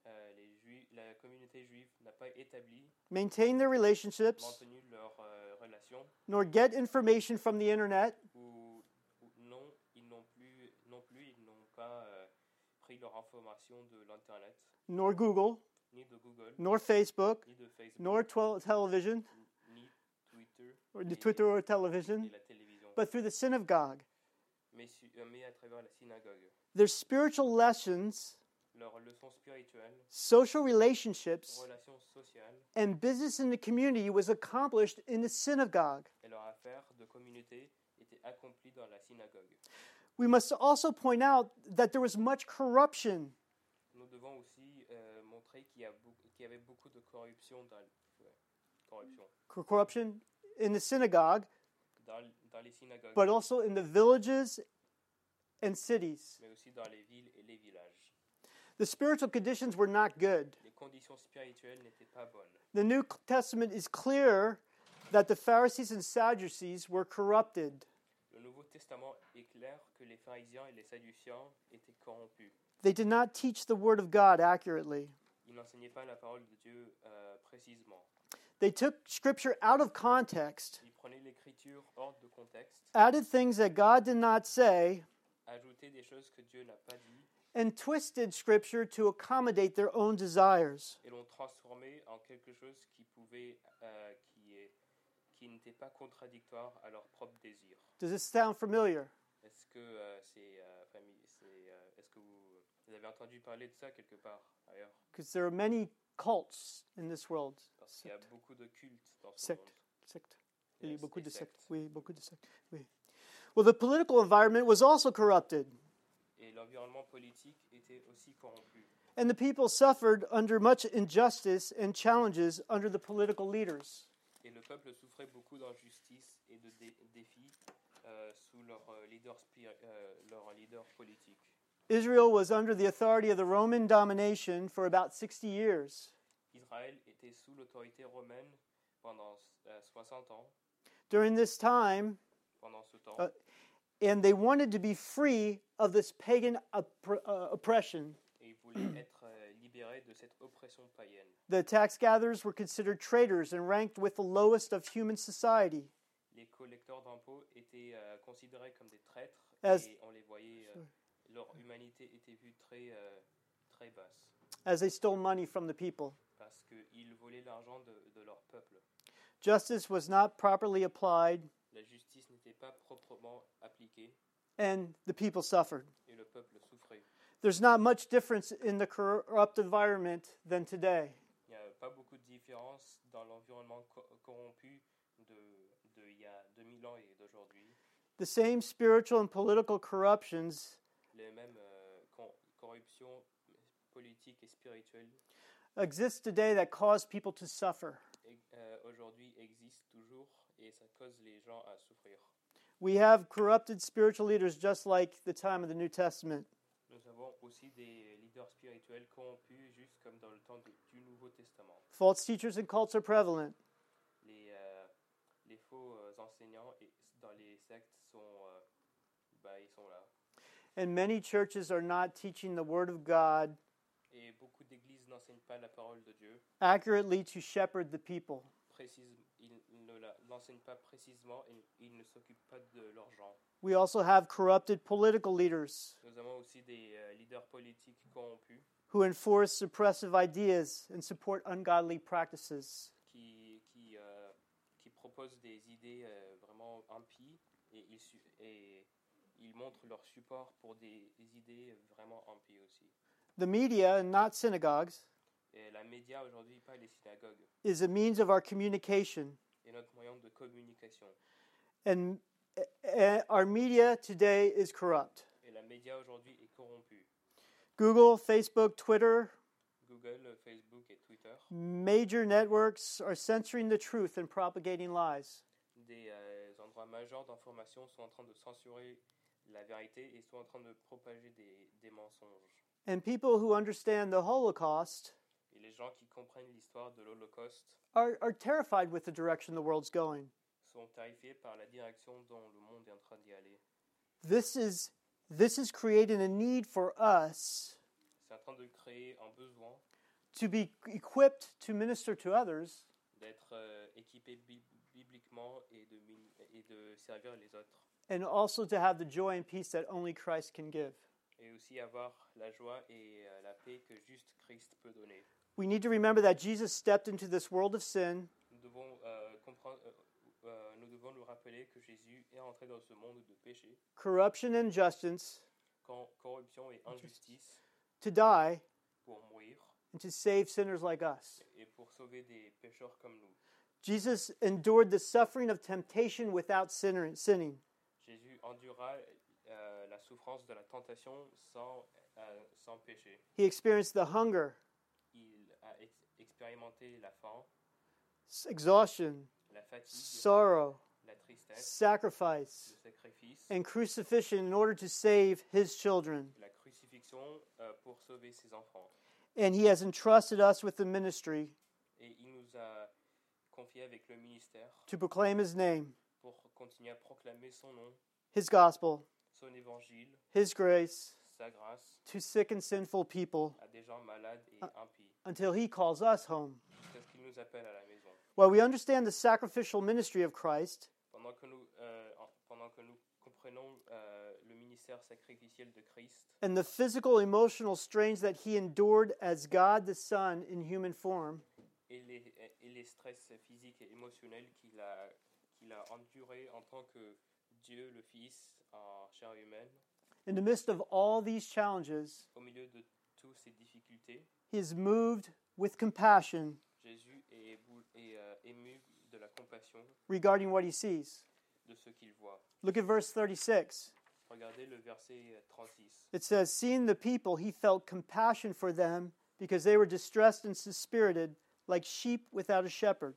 [SPEAKER 3] Euh, les Juifs- la communauté juive n'a pas établi,
[SPEAKER 2] maintain their relationships,
[SPEAKER 3] maintenu leurs euh, relations
[SPEAKER 2] nor get information from the internet.
[SPEAKER 3] ou, ou non, ils n'ont plus, non plus, ils n'ont pas euh, pris leur information de l'internet,
[SPEAKER 2] nor Google,
[SPEAKER 3] ni de Google,
[SPEAKER 2] nor Facebook,
[SPEAKER 3] ni de Facebook,
[SPEAKER 2] nor twel- television,
[SPEAKER 3] ni Twitter,
[SPEAKER 2] or the
[SPEAKER 3] ni-
[SPEAKER 2] Twitter or
[SPEAKER 3] ni
[SPEAKER 2] television,
[SPEAKER 3] la télévision,
[SPEAKER 2] but through the synagogue.
[SPEAKER 3] mais, su- euh, mais à travers la synagogue.
[SPEAKER 2] Their spiritual lessons,
[SPEAKER 3] Leurs leçons spirituelles,
[SPEAKER 2] social relationships,
[SPEAKER 3] relations sociales
[SPEAKER 2] and business in the community was accomplished in the synagogue.
[SPEAKER 3] et leurs affaires de communauté étaient accomplies dans la synagogue.
[SPEAKER 2] We must also point out that there was much corruption.
[SPEAKER 3] Nous devons aussi euh, montrer qu'il y, a beau- qu'il y avait beaucoup de corruption dans, ouais, corruption
[SPEAKER 2] cor- Corruption in the synagogue,
[SPEAKER 3] dans, l- dans les synagogues,
[SPEAKER 2] but also in the villages and cities.
[SPEAKER 3] mais aussi dans les villes et les villages.
[SPEAKER 2] The spiritual conditions were not good.
[SPEAKER 3] Les conditions spirituelles n'étaient pas bonnes.
[SPEAKER 2] The New Testament is clear that the Pharisees and Sadducees were corrupted.
[SPEAKER 3] Le Nouveau Testament est clair que les pharisiens et les sadduciens étaient corrompus.
[SPEAKER 2] They did not teach the Word of God accurately.
[SPEAKER 3] Ils n'enseignaient pas la parole de Dieu euh, précisément.
[SPEAKER 2] They took Scripture out of context,
[SPEAKER 3] Ils prenaient l'écriture hors de contexte,
[SPEAKER 2] added things that God did not say,
[SPEAKER 3] ajoutaient des choses que Dieu n'a pas dit
[SPEAKER 2] and twisted Scripture to accommodate their own desires.
[SPEAKER 3] et l'ont transformé en quelque chose qui pouvait, euh, qui est, qui n'était pas contradictoire à leur propre désir.
[SPEAKER 2] Does this sound familiar?
[SPEAKER 3] Est-ce que euh, c'est, euh, famille- c'est, euh, est-ce que vous, vous avez entendu parler de ça quelque part ailleurs
[SPEAKER 2] Because there are many cults in this world.
[SPEAKER 3] Parce qu'il y a beaucoup de cultes dans ce
[SPEAKER 2] Secte.
[SPEAKER 3] monde.
[SPEAKER 2] Sect.
[SPEAKER 3] Yes,
[SPEAKER 2] Oui, beaucoup
[SPEAKER 3] des
[SPEAKER 2] de sectes.
[SPEAKER 3] sectes.
[SPEAKER 2] Oui, beaucoup de sectes. Oui. Well, the political environment was also corrupted,
[SPEAKER 3] Et l'environnement politique était aussi corrompu.
[SPEAKER 2] and the people suffered under much injustice and challenges under the political leaders.
[SPEAKER 3] Et le peuple souffrait beaucoup d'injustices et de dé- défis euh, sous leur euh, leader, spir- euh, leur leader politique.
[SPEAKER 2] Israel was under the authority of the Roman domination for about 60 years.
[SPEAKER 3] Israël était sous l'autorité romaine pendant euh, 60 ans.
[SPEAKER 2] During this time,
[SPEAKER 3] Pendant ce temps,
[SPEAKER 2] Euh. and they wanted to be free of this pagan oppr- uh, oppression.
[SPEAKER 3] et ils voulaient être euh, libérés de cette oppression païenne.
[SPEAKER 2] The tax gatherers were considered traitors and ranked with the lowest of human society.
[SPEAKER 3] Les collecteurs d'impôts étaient euh, considérés comme des traîtres
[SPEAKER 2] As-
[SPEAKER 3] et on les voyait, euh,
[SPEAKER 2] Sorry.
[SPEAKER 3] leur humanité était vue très, euh, très basse
[SPEAKER 2] as they stole money from the people.
[SPEAKER 3] parce qu'ils volaient l'argent de, de leur peuple.
[SPEAKER 2] Justice was not properly applied,
[SPEAKER 3] La justice n'était pas proprement appliquée
[SPEAKER 2] and the people suffered.
[SPEAKER 3] et le peuple souffrait.
[SPEAKER 2] There's not much difference in the corrupt environment than today.
[SPEAKER 3] Il n'y a pas beaucoup de différence dans l'environnement co- corrompu de, de il y a 2000 ans et d'aujourd'hui.
[SPEAKER 2] The same spiritual and political corruptions
[SPEAKER 3] Les mêmes euh, cor- corruptions politiques et spirituelles
[SPEAKER 2] exist today that cause people to suffer.
[SPEAKER 3] e- euh, aujourd'hui existent toujours et ça cause les gens à souffrir.
[SPEAKER 2] We have corrupted spiritual leaders just like the time of the New Testament.
[SPEAKER 3] Nous avons aussi des leaders spirituels corrompus, juste comme dans le temps du, du Nouveau Testament.
[SPEAKER 2] False teachers and cults are prevalent.
[SPEAKER 3] Les, euh, les faux euh, enseignants et- dans les sectes sont, euh, bah, ils sont là.
[SPEAKER 2] And many churches are not teaching the Word of God
[SPEAKER 3] Et beaucoup d'églises n'enseignent pas la parole de Dieu.
[SPEAKER 2] accurately to shepherd the people.
[SPEAKER 3] Précise, ils ne la- l'enseignent pas précisément et ils ne s'occupent pas de leurs gens.
[SPEAKER 2] We also have corrupted political leaders.
[SPEAKER 3] Nous avons aussi des euh, leaders politiques corrompus
[SPEAKER 2] who enforce suppressive ideas and support ungodly practices.
[SPEAKER 3] qui, qui, euh, qui proposent des idées euh, vraiment impies et ils, su- et ils montrent leur support pour des, des idées vraiment impies aussi.
[SPEAKER 2] The media, and not synagogues,
[SPEAKER 3] Et la média aujourd'hui, pas les synagogues,
[SPEAKER 2] is a means of our communication.
[SPEAKER 3] est notre moyen de communication.
[SPEAKER 2] And eh, our media today is corrupt.
[SPEAKER 3] Et la média aujourd'hui est corrompue.
[SPEAKER 2] Google, Facebook, Twitter,
[SPEAKER 3] Google, Facebook et Twitter,
[SPEAKER 2] major networks are censoring the truth and propagating lies.
[SPEAKER 3] des euh, endroits majeurs d'information, sont en train de censurer la vérité et sont en train de propager des, des mensonges.
[SPEAKER 2] And people who understand the Holocaust
[SPEAKER 3] Et les gens qui comprennent l'histoire de l'Holocauste
[SPEAKER 2] are, are terrified with the direction the world's going.
[SPEAKER 3] sont terrifiés par la direction dont le monde est en train d'y aller.
[SPEAKER 2] This is, this is creating a need for us
[SPEAKER 3] C'est en train de créer un besoin
[SPEAKER 2] to be equipped to minister to others
[SPEAKER 3] d'être euh, équipé bi- bibliquement et de, min- et de servir les autres.
[SPEAKER 2] and also to have the joy and peace that only Christ can give.
[SPEAKER 3] Et aussi avoir la joie et euh, la paix que juste Christ peut donner.
[SPEAKER 2] We need to remember that Jesus stepped into this world of sin
[SPEAKER 3] Nous devons, euh, comprendre, euh, euh, nous devons nous rappeler que Jésus est entré dans ce monde de péché,
[SPEAKER 2] corruption and injustice
[SPEAKER 3] quand corruption et injustice,
[SPEAKER 2] to die
[SPEAKER 3] pour mourir
[SPEAKER 2] and to save sinners like us.
[SPEAKER 3] et pour sauver des pécheurs comme nous.
[SPEAKER 2] Jesus endured the suffering of temptation without sinner- sinning.
[SPEAKER 3] Jésus endura euh, la souffrance de la tentation sans, euh, sans péché.
[SPEAKER 2] He experienced the hunger,
[SPEAKER 3] Il a ex- expérimenté la faim,
[SPEAKER 2] s- exhaustion,
[SPEAKER 3] la fatigue,
[SPEAKER 2] sorrow,
[SPEAKER 3] la tristesse,
[SPEAKER 2] sacrifice,
[SPEAKER 3] le sacrifice,
[SPEAKER 2] and crucifixion in order to save his children.
[SPEAKER 3] la crucifixion euh, pour sauver ses enfants.
[SPEAKER 2] And he has entrusted us with the ministry
[SPEAKER 3] Et il nous a confié avec le ministère
[SPEAKER 2] to proclaim his name,
[SPEAKER 3] pour continuer à proclamer son nom,
[SPEAKER 2] his gospel,
[SPEAKER 3] son évangile,
[SPEAKER 2] His grace
[SPEAKER 3] sa grâce
[SPEAKER 2] to sick and sinful people
[SPEAKER 3] à des gens malades et
[SPEAKER 2] Ah.
[SPEAKER 3] impies.
[SPEAKER 2] until He calls us home.
[SPEAKER 3] C'est ce qu'il nous appelle à la maison.
[SPEAKER 2] While we understand the sacrificial ministry of Christ,
[SPEAKER 3] Pendant que nous, euh, en- pendant que nous comprenons euh, le ministère sacrificiel de Christ,
[SPEAKER 2] and the physical emotional strains that He endured as God the Son in human form,
[SPEAKER 3] et les, et les stress physiques et émotionnels qu'il a, qu'il a endurés en tant que Dieu le Fils en chair humaine.
[SPEAKER 2] in the midst of all these challenges,
[SPEAKER 3] Au milieu de toutes ces difficultés,
[SPEAKER 2] He is moved with compassion
[SPEAKER 3] Jésus est, ébou- est, euh, ému de la compassion
[SPEAKER 2] regarding what He sees.
[SPEAKER 3] de ce qu'il voit.
[SPEAKER 2] Look at verse 36.
[SPEAKER 3] Regardez le verset euh, 36.
[SPEAKER 2] It says, Seeing the people, he felt compassion for them because they were distressed and dispirited, like sheep without a shepherd.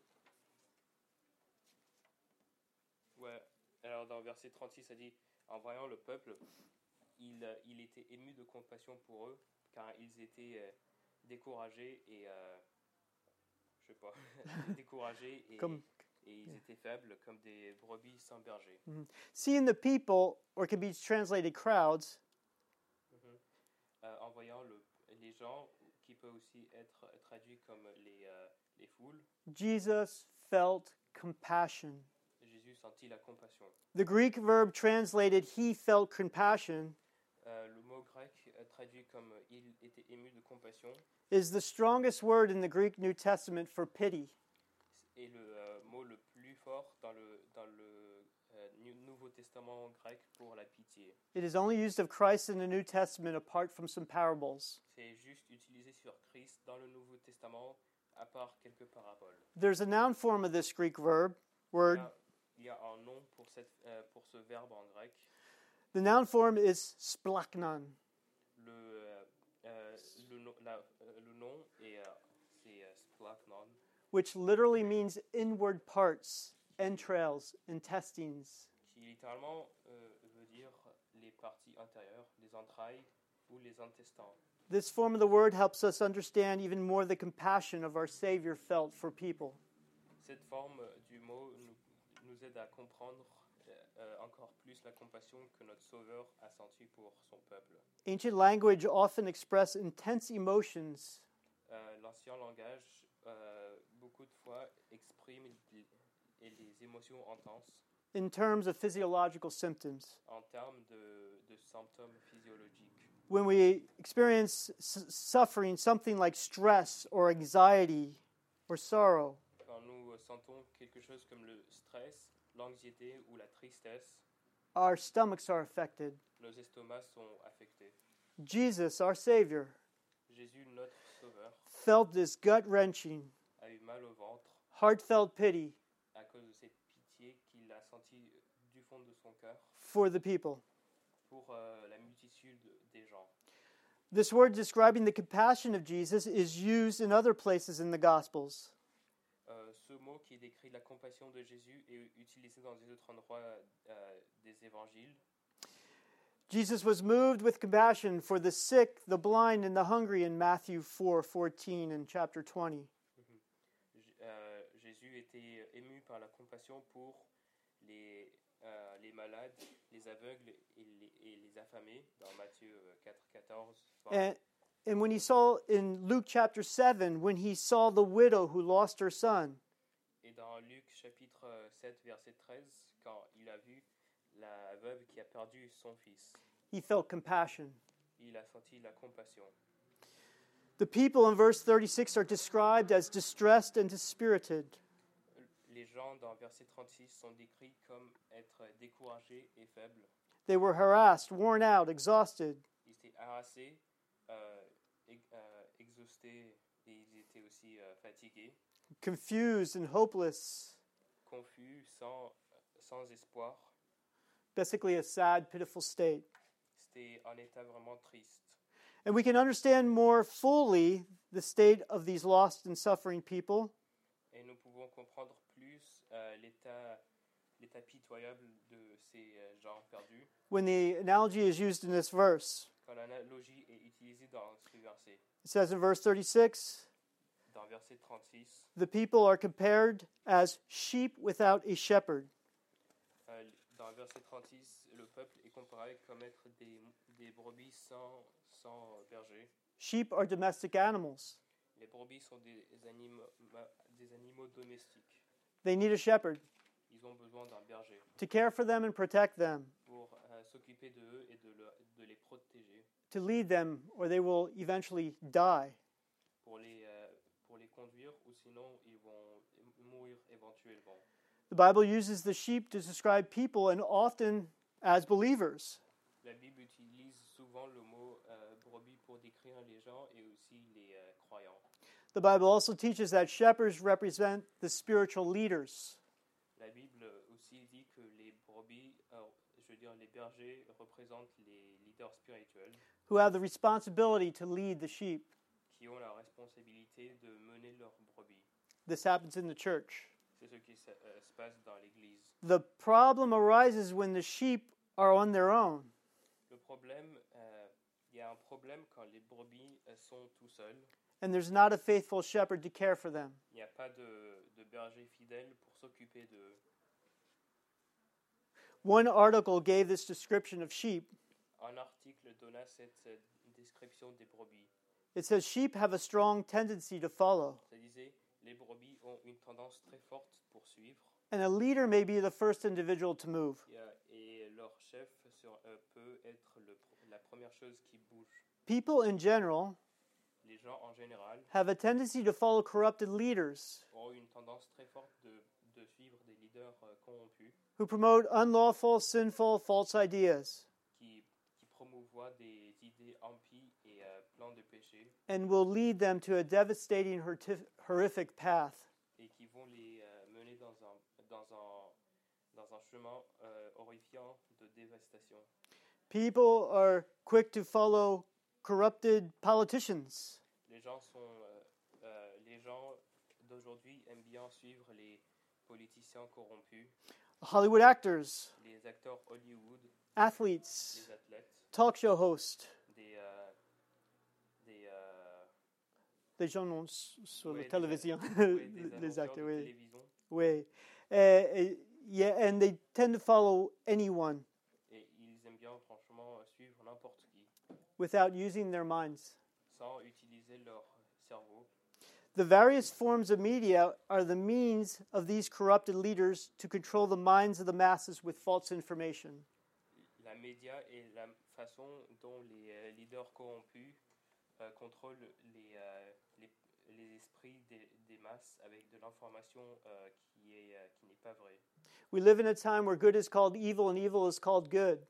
[SPEAKER 3] Ouais. Alors dans le verset 36, ça dit, en voyant le peuple, il, euh, il était ému de compassion pour eux, car ils étaient euh, découragés et... euh, je sais pas, découragés et,
[SPEAKER 2] Comme-
[SPEAKER 3] et ils étaient faibles comme des brebis sans berger.
[SPEAKER 2] Seeing the people, or it could be translated crowds,
[SPEAKER 3] Euh, en voyant le, les gens, qui peut aussi être traduit comme les, euh, les foules,
[SPEAKER 2] Jesus felt compassion.
[SPEAKER 3] Jésus sentit la compassion.
[SPEAKER 2] The Greek verb translated he felt compassion
[SPEAKER 3] Euh, le mot grec euh, traduit comme il était ému de compassion
[SPEAKER 2] is the strongest word in the Greek New Testament for pity.
[SPEAKER 3] est le euh, mot le plus fort dans le, dans le euh, Nu- Nouveau Testament grec pour la pitié.
[SPEAKER 2] It is only used of Christ in the New Testament apart from some parables.
[SPEAKER 3] C'est juste utilisé sur Christ dans le Nouveau Testament, à part quelques paraboles.
[SPEAKER 2] There's a noun form of this Greek verb
[SPEAKER 3] Il y
[SPEAKER 2] word.
[SPEAKER 3] a, il y a un nom pour, cette, euh, pour ce verbe en grec.
[SPEAKER 2] The noun form is splachnon.
[SPEAKER 3] Le, euh, euh, le, nom- la- euh, le nom est, euh, c'est euh, splachnon.
[SPEAKER 2] which literally means inward parts, entrails, intestines.
[SPEAKER 3] qui littéralement euh, veut dire les parties intérieures, les entrailles ou les intestins.
[SPEAKER 2] This form of the word helps us understand even more the compassion of our Savior felt for people.
[SPEAKER 3] Cette forme euh, du mot nous, nous aide à comprendre euh, euh, encore plus la compassion que notre Sauveur a sentie pour son peuple.
[SPEAKER 2] Ancient language often expressed intense emotions
[SPEAKER 3] Euh, L'ancien langage, euh, beaucoup de fois, exprime l- et les émotions intenses
[SPEAKER 2] in terms of physiological symptoms.
[SPEAKER 3] en termes de, de symptômes physiologiques.
[SPEAKER 2] When we experience s- suffering, something like stress or anxiety or sorrow,
[SPEAKER 3] Quand nous sentons quelque chose comme le stress, l'anxiété ou la tristesse,
[SPEAKER 2] our stomachs are affected.
[SPEAKER 3] nos estomacs sont affectés.
[SPEAKER 2] Jesus, our Savior,
[SPEAKER 3] Jésus, notre Sauveur,
[SPEAKER 2] felt this gut wrenching,
[SPEAKER 3] a eu mal au ventre
[SPEAKER 2] heartfelt pity
[SPEAKER 3] à cause de cette pitié qu'il a sentie euh, du fond de son cœur
[SPEAKER 2] for the people.
[SPEAKER 3] pour euh, la multitude des gens.
[SPEAKER 2] This word describing the compassion of Jesus is used in other places in the Gospels.
[SPEAKER 3] Euh, ce mot qui décrit la compassion de Jésus est utilisé dans les autres endroits euh, des évangiles.
[SPEAKER 2] Jesus was moved with compassion for the sick, the blind, and the hungry in Matthew 4 14 and chapter 20.
[SPEAKER 3] J- euh, Jésus était euh, ému par la compassion pour les, euh, les malades, les aveugles et les, et les affamés, dans Matthieu euh, 4, 14, 20.
[SPEAKER 2] And, and when he saw in Luke chapter 7, when he saw the widow who lost her son,
[SPEAKER 3] Et dans Luc chapitre euh, 7, verset 13, quand il a vu la veuve qui a perdu son fils,
[SPEAKER 2] he felt compassion.
[SPEAKER 3] il a senti la compassion.
[SPEAKER 2] The people in verse 36 are described as distressed and dispirited.
[SPEAKER 3] Les gens dans verset 36 sont décrits comme être découragés et faibles.
[SPEAKER 2] They were harassed, worn out, exhausted.
[SPEAKER 3] Ils étaient harassés, euh, ex- euh, exhaustés et ils étaient aussi euh, fatigués,
[SPEAKER 2] confused and hopeless,
[SPEAKER 3] confus, sans, sans espoir.
[SPEAKER 2] basically a sad, pitiful state.
[SPEAKER 3] C'était un état vraiment triste.
[SPEAKER 2] And we can understand more fully the state of these lost and suffering people
[SPEAKER 3] Et nous pouvons comprendre plus euh, l'état l'état pitoyable de ces euh, gens perdus.
[SPEAKER 2] when the analogy is used in this verse.
[SPEAKER 3] quand l'analogie est utilisée dans ce verset.
[SPEAKER 2] It says in verse 36
[SPEAKER 3] Dans verset 36,
[SPEAKER 2] the people are compared as sheep without a shepherd.
[SPEAKER 3] euh, dans verset 36, le peuple est comparé comme être des, des brebis sans, sans berger.
[SPEAKER 2] Sheep are domestic animals,
[SPEAKER 3] Les brebis sont des animaux, des animaux domestiques.
[SPEAKER 2] they need a shepherd
[SPEAKER 3] Ils ont besoin d'un berger
[SPEAKER 2] to care for them and protect them,
[SPEAKER 3] pour euh, s'occuper d'eux et de, le- de les protéger,
[SPEAKER 2] to lead them, or they will eventually die.
[SPEAKER 3] pour les, euh, pour les conduire, ou sinon ils vont mourir éventuellement.
[SPEAKER 2] The Bible uses the sheep to describe people and often as believers.
[SPEAKER 3] La Bible utilise souvent le mot euh, brebis pour décrire les gens et aussi les euh, croyants.
[SPEAKER 2] The Bible also teaches that shepherds represent the spiritual leaders.
[SPEAKER 3] La Bible aussi dit que les brebis euh, dire les bergers représentent les leaders spirituels
[SPEAKER 2] who have the responsibility to lead the sheep.
[SPEAKER 3] qui ont la responsabilité de mener leurs brebis.
[SPEAKER 2] This happens in the church.
[SPEAKER 3] C'est ce qui se, euh, se passe dans l'Église.
[SPEAKER 2] The problem arises when the sheep are on their own.
[SPEAKER 3] Le problème, euh, il y a un problème quand les brebis euh, sont tout seuls.
[SPEAKER 2] and there's not a faithful shepherd to care for them.
[SPEAKER 3] Il n'y a pas de, de berger fidèle pour s'occuper d'eux.
[SPEAKER 2] One article gave this description of sheep.
[SPEAKER 3] Un article donna cette euh, description des brebis.
[SPEAKER 2] It says sheep have a strong tendency to follow,
[SPEAKER 3] Ça disait, les brebis ont une tendance très forte pour suivre
[SPEAKER 2] and a leader may be the first individual to move.
[SPEAKER 3] et, euh, et leur chef sur- euh, peut être le pr- la première chose qui bouge.
[SPEAKER 2] People in general
[SPEAKER 3] Les gens en général
[SPEAKER 2] have a tendency to follow corrupted leaders
[SPEAKER 3] ont une tendance très forte de, de suivre des leaders euh, corrompus
[SPEAKER 2] who promote unlawful, sinful, false ideas
[SPEAKER 3] qui, qui promouvoient des idées empies et euh, plans de péché
[SPEAKER 2] and will lead them to a devastating, hortif- horrific path.
[SPEAKER 3] et qui vont les euh, mener dans un, dans un, dans un chemin euh, horrifiant de dévastation.
[SPEAKER 2] People are quick to follow corrupted politicians
[SPEAKER 3] Les gens, sont, euh, euh, les gens d'aujourd'hui aiment bien suivre les politiciens corrompus,
[SPEAKER 2] Hollywood actors,
[SPEAKER 3] les acteurs Hollywood,
[SPEAKER 2] athletes,
[SPEAKER 3] les athlètes,
[SPEAKER 2] talk show host.
[SPEAKER 3] des... euh, des euh,
[SPEAKER 2] les gens l'ont s- sur
[SPEAKER 3] ouais,
[SPEAKER 2] la
[SPEAKER 3] des-
[SPEAKER 2] télévision,
[SPEAKER 3] ouais, des
[SPEAKER 2] les
[SPEAKER 3] annonceurs
[SPEAKER 2] acteurs,
[SPEAKER 3] de
[SPEAKER 2] oui.
[SPEAKER 3] télévision.
[SPEAKER 2] oui. Et- et- yeah, and they tend to follow anyone
[SPEAKER 3] Et ils aiment bien franchement euh, suivre n'importe qui,
[SPEAKER 2] without using their minds.
[SPEAKER 3] sans utiliser leur cerveau.
[SPEAKER 2] The various forms of media are the means of these corrupted leaders to control the minds of the masses with false information.
[SPEAKER 3] la média et la façon dont les euh, leaders corrompus euh, contrôlent les, euh, les, les esprits des, des masses avec de l'information euh, qui est, euh, qui n'est pas vraie.
[SPEAKER 2] We live in a time where good is called evil and evil is called good,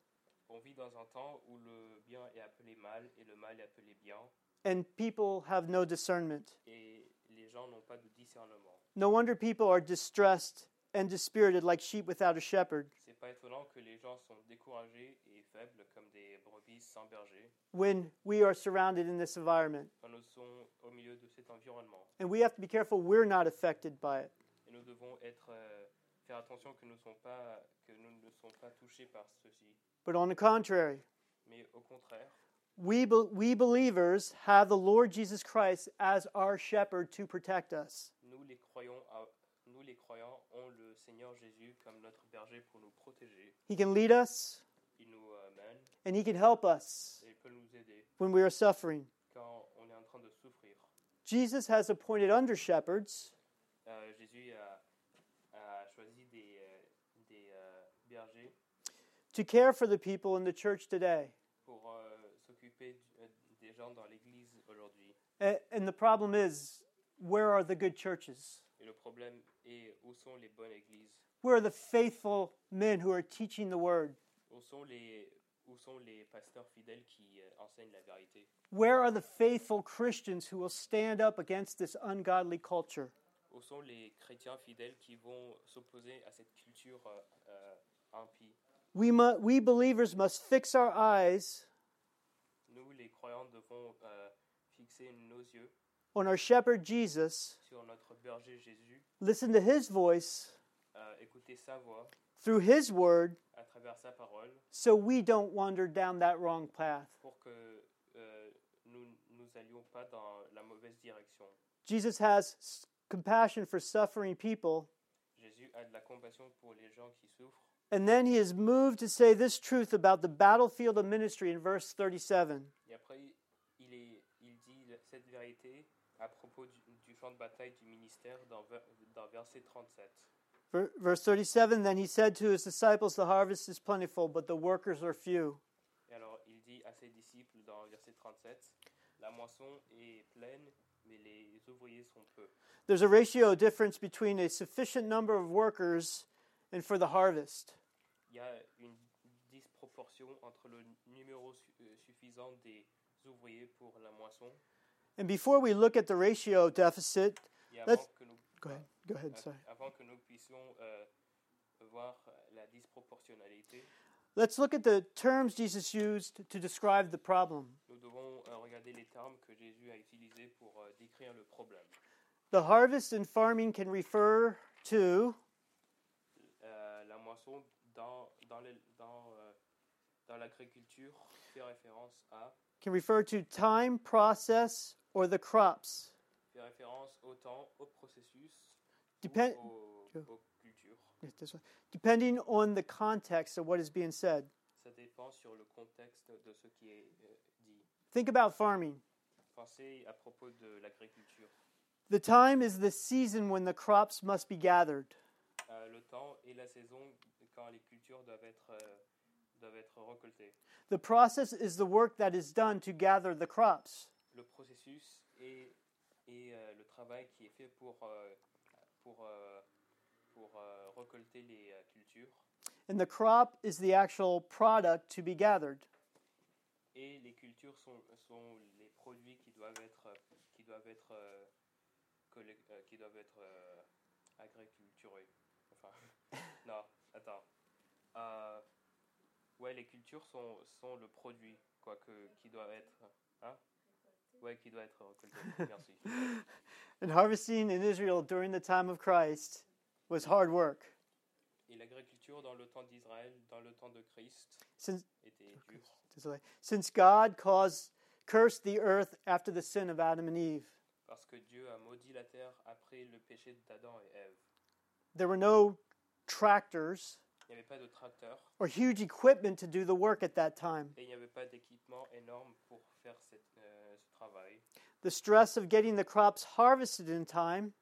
[SPEAKER 3] On vit dans un temps où le bien est appelé mal et le mal est appelé bien
[SPEAKER 2] and people have no discernment.
[SPEAKER 3] et les gens n'ont pas de discernement.
[SPEAKER 2] No wonder people are distressed and dispirited like sheep without a shepherd.
[SPEAKER 3] C'est pas étonnant que les gens sont découragés et faibles comme des brebis sans berger
[SPEAKER 2] when we are surrounded in this environment.
[SPEAKER 3] quand nous sommes au milieu de cet environnement.
[SPEAKER 2] And we have to be careful we're not affected by it.
[SPEAKER 3] Et nous devons être, euh, faire attention que nous, ne sommes pas, que nous ne sommes pas touchés par ceci.
[SPEAKER 2] But on the contrary,
[SPEAKER 3] Mais au contraire,
[SPEAKER 2] we, be- we believers have the Lord Jesus Christ as our shepherd to protect us.
[SPEAKER 3] nous les, croyons à- nous les croyants ont le Seigneur Jésus comme notre berger pour nous protéger.
[SPEAKER 2] He can lead us
[SPEAKER 3] Il nous euh, mène
[SPEAKER 2] and He can help us
[SPEAKER 3] et il peut nous aider
[SPEAKER 2] when we are suffering.
[SPEAKER 3] quand on est en train de souffrir.
[SPEAKER 2] Jesus has appointed under shepherds
[SPEAKER 3] Euh, Jésus a, a choisi des, euh, des, euh, bergers
[SPEAKER 2] to care for the people in the church today.
[SPEAKER 3] pour euh, s'occuper du- euh, des gens dans l'Église aujourd'hui.
[SPEAKER 2] A- And the problem is, where are the good churches?
[SPEAKER 3] Et le problème est où sont les bonnes églises
[SPEAKER 2] Where are the faithful men who are teaching the word?
[SPEAKER 3] Où sont les, où sont les pasteurs fidèles qui euh, enseignent la vérité
[SPEAKER 2] Where are the faithful Christians who will stand up against this ungodly culture?
[SPEAKER 3] Où sont les chrétiens fidèles qui vont s'opposer à cette culture euh, euh, impie
[SPEAKER 2] We, mu- we believers must fix our eyes
[SPEAKER 3] Nous, les croyants, devons euh, fixer nos yeux
[SPEAKER 2] on our shepherd Jesus,
[SPEAKER 3] sur notre berger Jésus,
[SPEAKER 2] listen to his voice
[SPEAKER 3] euh, écouter sa voix
[SPEAKER 2] through his word
[SPEAKER 3] à travers sa parole
[SPEAKER 2] so we don't wander down that wrong path.
[SPEAKER 3] pour que euh, nous nous allions pas dans la mauvaise direction.
[SPEAKER 2] Jesus has s- compassion for suffering people,
[SPEAKER 3] Jésus a de la compassion pour les gens qui souffrent
[SPEAKER 2] and then he is moved to say this truth about the battlefield of ministry in verse 37.
[SPEAKER 3] et après il, est, il dit cette vérité à propos du, du champ de bataille du ministère dans, ver- dans verset 37.
[SPEAKER 2] Ver- Verse 37 Then he said to his disciples, The harvest is plentiful, but the workers are few.
[SPEAKER 3] Et alors il dit à ses disciples dans verset 37, La moisson est pleine, mais les ouvriers sont peu.
[SPEAKER 2] There's a ratio difference between a sufficient number of workers and for the harvest.
[SPEAKER 3] Il y a une disproportion entre le numéro su- euh, suffisant des ouvriers pour la moisson.
[SPEAKER 2] And before we look at the ratio deficit,
[SPEAKER 3] Et avant,
[SPEAKER 2] Let's-
[SPEAKER 3] que nous,
[SPEAKER 2] go ahead, go ahead, sorry.
[SPEAKER 3] avant que nous puissions euh, voir la disproportionnalité,
[SPEAKER 2] Let's look at the terms Jesus used to describe the problem.
[SPEAKER 3] Nous devons euh, regarder les termes que Jésus a utilisés pour euh, décrire le problème.
[SPEAKER 2] The harvest in farming can refer to
[SPEAKER 3] Euh, la moisson dans, dans, les- dans, euh, dans l'agriculture fait référence à
[SPEAKER 2] can refer to time, process, or the crops.
[SPEAKER 3] fait référence au temps, au processus, ou
[SPEAKER 2] Depend-
[SPEAKER 3] aux,
[SPEAKER 2] Yeah.
[SPEAKER 3] aux cultures.
[SPEAKER 2] This one. Depending on the context of what is being said.
[SPEAKER 3] Ça dépend sur le contexte de ce qui est euh, dit.
[SPEAKER 2] Think about farming.
[SPEAKER 3] Pensez à propos de l'agriculture.
[SPEAKER 2] The time is the season when the crops must be gathered.
[SPEAKER 3] Euh, le temps et la saison quand les cultures doivent être, euh, doivent être récoltées.
[SPEAKER 2] The process is the work that is done to gather the crops.
[SPEAKER 3] Le processus et, et euh, le travail qui est fait pour, euh, pour, euh, pour euh, récolter les euh, cultures.
[SPEAKER 2] And the crop is the actual product to be gathered.
[SPEAKER 3] Et les cultures sont, sont les produits qui doivent être, euh, qui doivent être, euh, collec- euh, qui doivent être euh, agriculturés. Enfin, non, attends. Euh, ouais, les cultures sont, sont le produit, quoi, que, qui doit être. Hein Ouais, qui doit être récolté. Merci.
[SPEAKER 2] And harvesting in Israel during the time of Christ was hard work.
[SPEAKER 3] Et l'agriculture dans le temps d'Israël, dans le temps de Christ,
[SPEAKER 2] Since,
[SPEAKER 3] était dure.
[SPEAKER 2] since God caused, cursed the earth after the sin of Adam and Eve,
[SPEAKER 3] Parce que Dieu a maudit la terre après le péché d'Adam et Ève.
[SPEAKER 2] there were no tractors
[SPEAKER 3] Il n'y avait pas de tracteur.
[SPEAKER 2] or huge equipment to do the work at that time.
[SPEAKER 3] et il n'y avait pas d'équipement énorme pour faire cette, euh, ce travail.
[SPEAKER 2] The stress of getting the crops harvested in time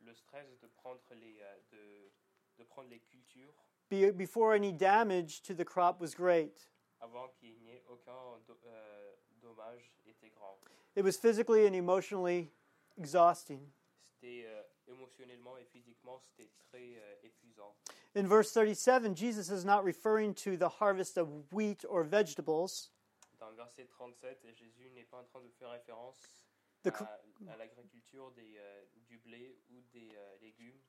[SPEAKER 3] Le stress de prendre les, euh, de, de prendre les cultures
[SPEAKER 2] be, before any damage to the crop was great.
[SPEAKER 3] avant qu'il n'y ait aucun do- euh, dommage était grand.
[SPEAKER 2] It was physically and emotionally exhausting.
[SPEAKER 3] C'était euh, émotionnellement et physiquement, c'était très euh, épuisant.
[SPEAKER 2] In verse 37, Jesus is not referring to the harvest of wheat or vegetables.
[SPEAKER 3] Dans le verset 37, Jésus n'est pas en train de faire référence
[SPEAKER 2] The, cr-
[SPEAKER 3] à, à l'agriculture des, euh, du blé ou des euh, légumes.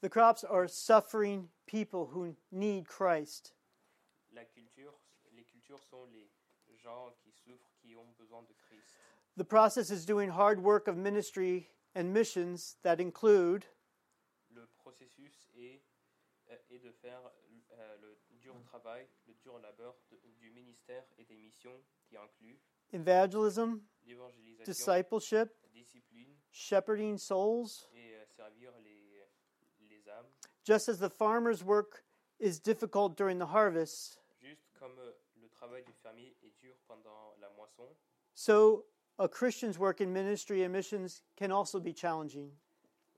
[SPEAKER 2] the crops are suffering people who need Christ.
[SPEAKER 3] La culture, les cultures sont les gens qui souffrent, qui ont besoin de Christ.
[SPEAKER 2] The process is doing hard work of ministry and missions that include
[SPEAKER 3] le processus est, euh, est de faire euh, le dur travail, le dur labeur de- du ministère et des missions qui inclut
[SPEAKER 2] evangelism,
[SPEAKER 3] l'évangélisation,
[SPEAKER 2] discipleship,
[SPEAKER 3] la discipline
[SPEAKER 2] shepherding souls.
[SPEAKER 3] et euh, servir les, les âmes.
[SPEAKER 2] Just as the farmer's work is difficult during the harvest,
[SPEAKER 3] Juste comme euh, le travail du fermier est dur pendant la moisson,
[SPEAKER 2] so a Christian's work in ministry and missions can also be challenging.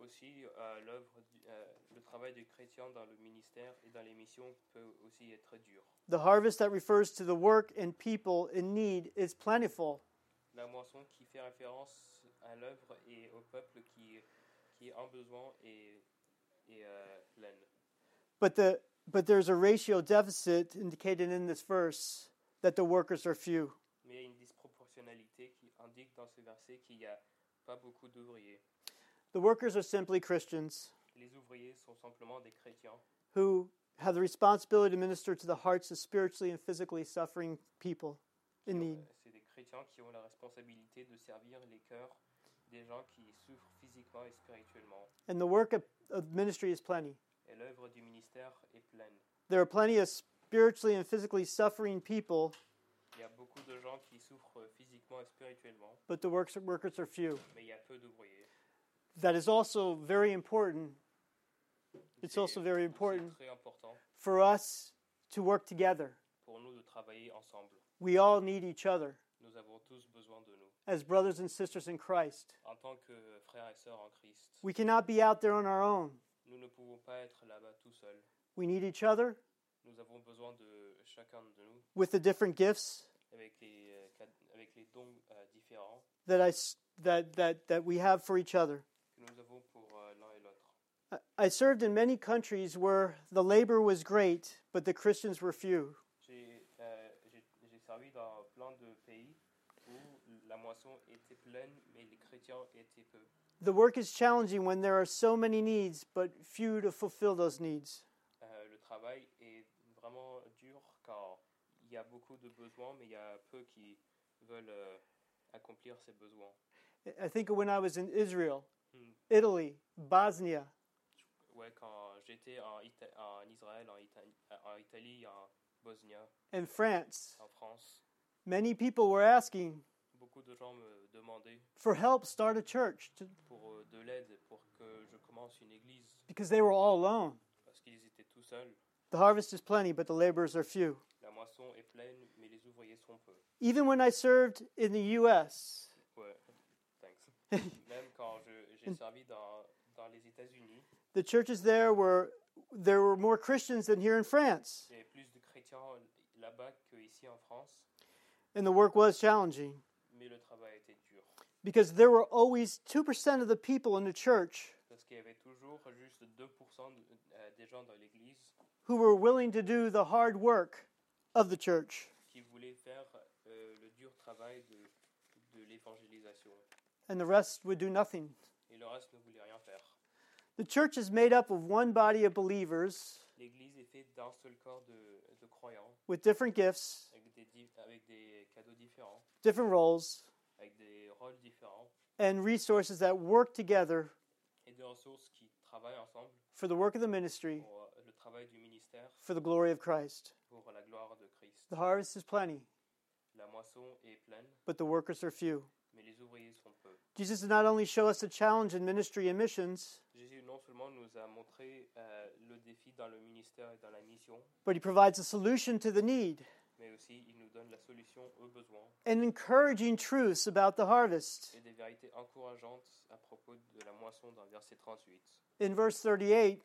[SPEAKER 3] aussi euh, l'œuvre, du- euh, le travail du chrétien dans le ministère et dans les missions peut aussi être dur.
[SPEAKER 2] The harvest that refers to the work and people in need is plentiful.
[SPEAKER 3] La moisson qui fait référence à l'œuvre et au peuple qui, qui est en besoin et, et euh, pleine.
[SPEAKER 2] But the but there's a ratio deficit indicated in this verse that the workers are few.
[SPEAKER 3] mais il y a une disproportionnalité qui indique dans ce verset qu'il n'y a pas beaucoup d'ouvriers.
[SPEAKER 2] The workers are simply Christians
[SPEAKER 3] Les ouvriers sont simplement des chrétiens
[SPEAKER 2] who have the responsibility to minister to the hearts of spiritually and physically suffering people
[SPEAKER 3] qui
[SPEAKER 2] in
[SPEAKER 3] ont-
[SPEAKER 2] need.
[SPEAKER 3] Euh, C'est des chrétiens qui ont la responsabilité de servir les cœurs des gens qui souffrent physiquement et spirituellement.
[SPEAKER 2] And the work of, of ministry is plenty.
[SPEAKER 3] Et l'œuvre du ministère est pleine.
[SPEAKER 2] There are plenty of spiritually and physically suffering people,
[SPEAKER 3] Il y a beaucoup de gens qui souffrent physiquement et spirituellement,
[SPEAKER 2] but the works, workers are few.
[SPEAKER 3] mais il y a peu d'ouvriers.
[SPEAKER 2] That is also very important It's
[SPEAKER 3] C'est
[SPEAKER 2] also very
[SPEAKER 3] aussi
[SPEAKER 2] important.
[SPEAKER 3] très important
[SPEAKER 2] for us to work together.
[SPEAKER 3] pour nous de travailler ensemble.
[SPEAKER 2] We all need each other
[SPEAKER 3] Nous avons tous besoin de nous.
[SPEAKER 2] as brothers and sisters in Christ.
[SPEAKER 3] En tant que frères et sœurs en Christ,
[SPEAKER 2] We cannot be out there on our own.
[SPEAKER 3] nous ne pouvons pas être là-bas tout seuls.
[SPEAKER 2] We need each other
[SPEAKER 3] Nous avons besoin de chacun de nous
[SPEAKER 2] with the different gifts
[SPEAKER 3] avec les, euh, cad- avec les dons euh, différents
[SPEAKER 2] that, I, s- that, that, that we have for each other.
[SPEAKER 3] que nous avons pour euh, l'un et l'autre.
[SPEAKER 2] I- I served in many countries where the labor was great, but the Christians were few.
[SPEAKER 3] J'ai euh, j'ai- j'ai servi dans plein de pays où la moisson était pleine, mais les chrétiens étaient peu.
[SPEAKER 2] The work is challenging when there are so many needs, but few to fulfill those needs.
[SPEAKER 3] Euh, le travail est vraiment dur quand il y a beaucoup de besoins, mais il y a peu qui veulent euh, accomplir ces besoins.
[SPEAKER 2] I think of when I was in Israel,
[SPEAKER 3] Hmm.
[SPEAKER 2] Italy, Bosnia,
[SPEAKER 3] Ouais, quand j'étais en, Ita- en Israël, en, Ita- en Italie, en Bosnie,
[SPEAKER 2] and France,
[SPEAKER 3] en France,
[SPEAKER 2] many people were asking
[SPEAKER 3] beaucoup de gens me demandaient
[SPEAKER 2] for help start a church to,
[SPEAKER 3] pour euh, de l'aide pour que je commence une église
[SPEAKER 2] because they were all alone.
[SPEAKER 3] parce qu'ils étaient tout seuls.
[SPEAKER 2] The harvest is plenty, but the laborers are few.
[SPEAKER 3] La moisson est pleine, mais les ouvriers sont peu.
[SPEAKER 2] Even when I served in the U.S.,
[SPEAKER 3] Ouais, thanks. Même quand je- j'ai servi dans, dans les États-Unis,
[SPEAKER 2] the churches there were there were more Christians than here in France,
[SPEAKER 3] il y avait plus de chrétiens là-bas qu'ici en France,
[SPEAKER 2] and the work was challenging
[SPEAKER 3] mais le travail était dur.
[SPEAKER 2] because there were always two percent of the people in the church
[SPEAKER 3] Parce qu'il y avait toujours juste 2% de- euh, des gens dans l'église
[SPEAKER 2] who were willing to do the hard work of the church,
[SPEAKER 3] qui voulaient faire euh, le dur travail de, de l'évangélisation.
[SPEAKER 2] and the rest would do nothing.
[SPEAKER 3] Et le reste ne voulait rien faire.
[SPEAKER 2] The church is made up of one body of believers
[SPEAKER 3] L'église était d'un seul corps de, de croyants,
[SPEAKER 2] with different gifts,
[SPEAKER 3] avec des, di- avec des cadeaux différents,
[SPEAKER 2] different roles,
[SPEAKER 3] avec des rôles différents,
[SPEAKER 2] and resources that work together
[SPEAKER 3] et des ressources qui travaillent ensemble
[SPEAKER 2] for the work of the ministry
[SPEAKER 3] pour euh, le travail du ministère,
[SPEAKER 2] for the glory of Christ.
[SPEAKER 3] pour la gloire de Christ.
[SPEAKER 2] The harvest is plenty,
[SPEAKER 3] La moisson est pleine,
[SPEAKER 2] but the workers are few.
[SPEAKER 3] mais les ouvriers sont peu.
[SPEAKER 2] Jesus did not only show us the challenge in ministry and missions,
[SPEAKER 3] Jésus non seulement nous a montré euh, le défi dans le ministère et dans la mission,
[SPEAKER 2] but he provides a solution to the need
[SPEAKER 3] mais aussi il nous donne la solution aux besoins
[SPEAKER 2] and encouraging truths about the harvest.
[SPEAKER 3] et des vérités encourageantes à propos de la moisson dans le verset 38.
[SPEAKER 2] In verse 38,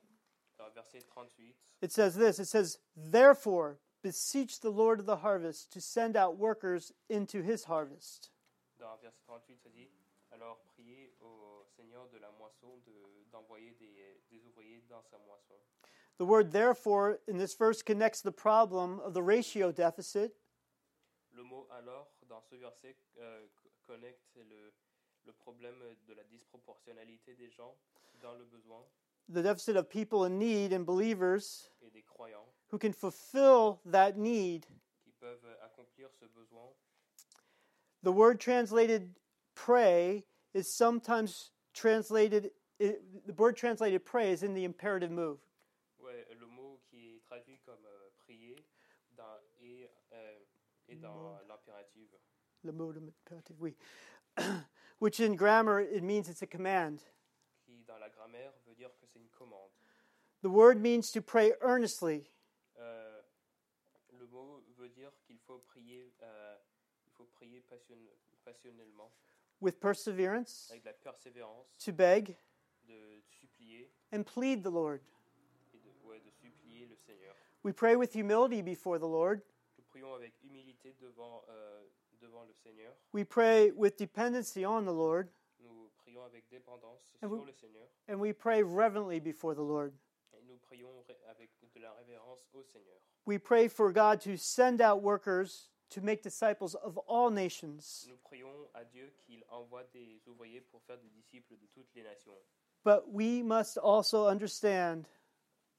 [SPEAKER 3] Dans le verset 38,
[SPEAKER 2] it says this It says, Therefore, beseech the Lord of the harvest to send out workers into his harvest.
[SPEAKER 3] dans le verset 38, ça dit Alors priez au Seigneur de la moisson de- d'envoyer des, des ouvriers dans sa moisson.
[SPEAKER 2] The word therefore in this verse connects the problem of the ratio deficit
[SPEAKER 3] Le mot alors dans ce verset euh, co- connecte le, le problème de la disproportionnalité des gens dans le besoin
[SPEAKER 2] the deficit of people in need and believers
[SPEAKER 3] et des croyants
[SPEAKER 2] who can fulfill that need.
[SPEAKER 3] qui peuvent accomplir ce besoin.
[SPEAKER 2] The word translated pray is sometimes translated, it, the word translated pray is in the imperative move.
[SPEAKER 3] Ouais, le mot qui est traduit comme euh, prier dans, et, euh, et dans l'impératif,
[SPEAKER 2] The mode of imperative, oui. Which in grammar it means it's a command.
[SPEAKER 3] qui dans la grammaire veut dire que c'est une commande.
[SPEAKER 2] The word means to pray earnestly,
[SPEAKER 3] Euh, le mot veut dire qu'il faut prier, euh, il faut prier passionne- passionnellement,
[SPEAKER 2] with perseverance,
[SPEAKER 3] avec de la persévérance,
[SPEAKER 2] to beg
[SPEAKER 3] de supplier
[SPEAKER 2] and plead the Lord.
[SPEAKER 3] et de, ouais, de supplier le Seigneur.
[SPEAKER 2] We pray with humility before the Lord.
[SPEAKER 3] Nous prions avec humilité devant, euh, devant le Seigneur.
[SPEAKER 2] We pray with dependency on the Lord.
[SPEAKER 3] Nous prions avec dépendance
[SPEAKER 2] Ah,
[SPEAKER 3] sur
[SPEAKER 2] vous-
[SPEAKER 3] le Seigneur.
[SPEAKER 2] And we pray reverently before the Lord.
[SPEAKER 3] Et nous prions ré- avec de la révérence au Seigneur.
[SPEAKER 2] We pray for God to send out workers to make disciples of all nations.
[SPEAKER 3] Nous prions à Dieu qu'il envoie des ouvriers pour faire des disciples de toutes les nations.
[SPEAKER 2] But we must also understand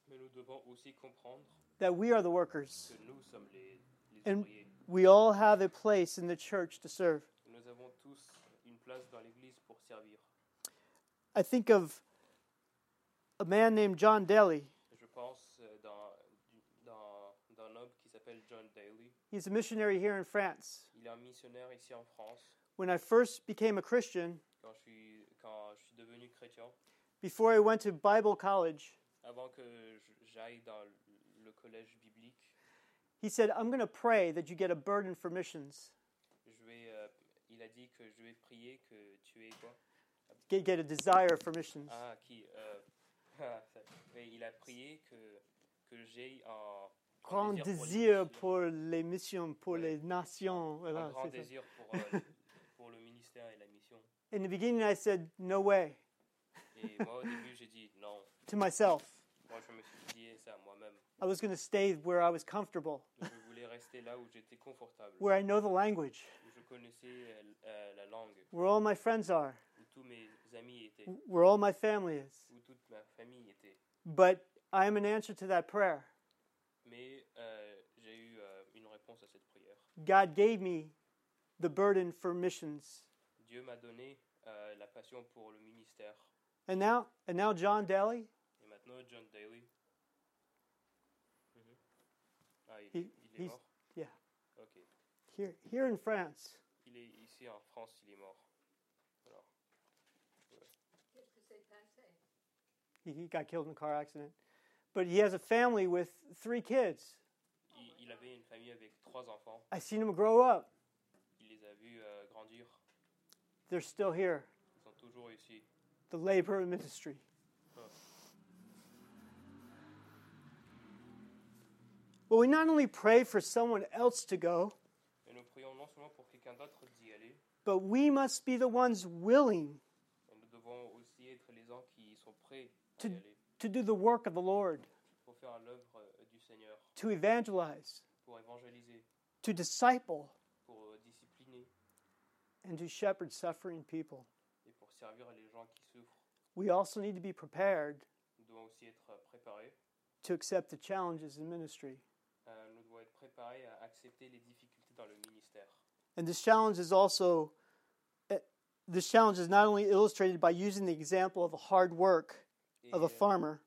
[SPEAKER 3] Mais nous devons aussi comprendre
[SPEAKER 2] that we are the workers.
[SPEAKER 3] que nous sommes les, les
[SPEAKER 2] And-
[SPEAKER 3] ouvriers.
[SPEAKER 2] We all have a place in the church to serve.
[SPEAKER 3] Nous avons tous une place dans l'Église pour servir.
[SPEAKER 2] I think of a man named John Daly.
[SPEAKER 3] Je pense euh, dans dans- d'un homme qui s'appelle John Daly.
[SPEAKER 2] He's a missionary here in France.
[SPEAKER 3] Il est un missionnaire ici en France.
[SPEAKER 2] When I first became a Christian,
[SPEAKER 3] Quand je suis, quand je suis devenu chrétien,
[SPEAKER 2] before I went to Bible college,
[SPEAKER 3] avant que je- j'aille dans le collège biblique,
[SPEAKER 2] he said, I'm going to pray that you get a burden for missions,
[SPEAKER 3] je vais, euh, il a dit que je vais prier que tu aies quoi
[SPEAKER 2] get, get a desire for missions.
[SPEAKER 3] Ah, qui euh, ça- mais Il a prié que, que j'ai un,
[SPEAKER 2] Grand
[SPEAKER 3] désir pour les
[SPEAKER 2] désir
[SPEAKER 3] missions.
[SPEAKER 2] pour les missions, pour les
[SPEAKER 3] Ouais.
[SPEAKER 2] nations.
[SPEAKER 3] un
[SPEAKER 2] Voilà,
[SPEAKER 3] grand
[SPEAKER 2] c'est ça.
[SPEAKER 3] désir pour, euh, pour le ministère et la mission.
[SPEAKER 2] In the beginning, I said, no way,
[SPEAKER 3] Et moi, au début, j'ai dit non.
[SPEAKER 2] to myself.
[SPEAKER 3] Moi, je me suis dit ça moi-même.
[SPEAKER 2] I was going to stay where I was comfortable,
[SPEAKER 3] Je voulais rester là où j'étais confortable,
[SPEAKER 2] where I know the language,
[SPEAKER 3] où je connaissais euh, euh, la langue,
[SPEAKER 2] where all my friends are,
[SPEAKER 3] où tous mes amis étaient,
[SPEAKER 2] where all my family is.
[SPEAKER 3] où toute ma famille était.
[SPEAKER 2] But I am an answer to that prayer.
[SPEAKER 3] Mais euh, j'ai eu euh, une réponse à cette
[SPEAKER 2] God gave me the burden for missions.
[SPEAKER 3] Dieu m'a donné euh, la passion pour le ministère.
[SPEAKER 2] And now, and now John Daly,
[SPEAKER 3] Et maintenant, John Daly. Mhm. Ah, il,
[SPEAKER 2] He-
[SPEAKER 3] il est
[SPEAKER 2] he's-
[SPEAKER 3] mort
[SPEAKER 2] yeah.
[SPEAKER 3] Ok.
[SPEAKER 2] here, here in France,
[SPEAKER 3] Il est ici en France, il est mort. Alors,
[SPEAKER 2] he, he got killed in a car accident, but he has a family with three kids.
[SPEAKER 3] il, il avait une famille avec trois enfants.
[SPEAKER 2] I've seen him grow up.
[SPEAKER 3] Il les a vus euh, grandir.
[SPEAKER 2] They're still here,
[SPEAKER 3] Ils sont toujours ici.
[SPEAKER 2] the labor and ministry. Well, we not only pray for someone else to go,
[SPEAKER 3] Et nous prions non seulement pour quelqu'un d'autre d'y aller,
[SPEAKER 2] but we must be the ones willing
[SPEAKER 3] mais nous devons aussi être les gens qui sont prêts à
[SPEAKER 2] Tu-
[SPEAKER 3] y aller
[SPEAKER 2] to do the work of the Lord,
[SPEAKER 3] pour faire l'œuvre euh, du Seigneur,
[SPEAKER 2] to evangelize,
[SPEAKER 3] pour évangéliser,
[SPEAKER 2] to disciple,
[SPEAKER 3] pour euh, discipliner
[SPEAKER 2] and to shepherd suffering people.
[SPEAKER 3] et pour servir les gens qui souffrent.
[SPEAKER 2] We also need to be prepared
[SPEAKER 3] Nous devons aussi être euh, préparés.
[SPEAKER 2] to accept the challenges in ministry.
[SPEAKER 3] Euh, nous devons être préparés à accepter les difficultés dans le ministère.
[SPEAKER 2] And this challenge is also eh, this challenge is not only illustrated by using the example of the hard work
[SPEAKER 3] Et, euh,
[SPEAKER 2] of a farmer,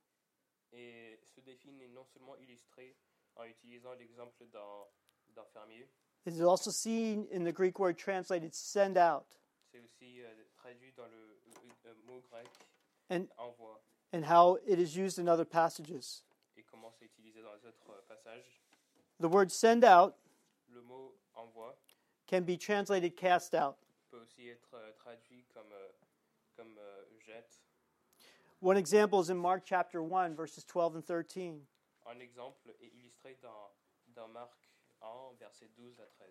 [SPEAKER 3] et ce défi n'est non seulement illustré en utilisant l'exemple d'un d'un fermier,
[SPEAKER 2] it is also seen in the Greek word translated send out
[SPEAKER 3] c'est aussi euh, traduit dans le euh, euh, mot grec
[SPEAKER 2] And-
[SPEAKER 3] envoi
[SPEAKER 2] and how it is used in other passages.
[SPEAKER 3] et comment c'est utilisé dans les autres euh, passages.
[SPEAKER 2] The word send out
[SPEAKER 3] Le mot envoi
[SPEAKER 2] can be translated cast out.
[SPEAKER 3] peut aussi être euh, traduit comme, euh, comme euh, jette.
[SPEAKER 2] One example is in Mark chapter 1 verses 12 and 13.
[SPEAKER 3] Un exemple est illustré dans, dans Marc 1, versets 12 à 13.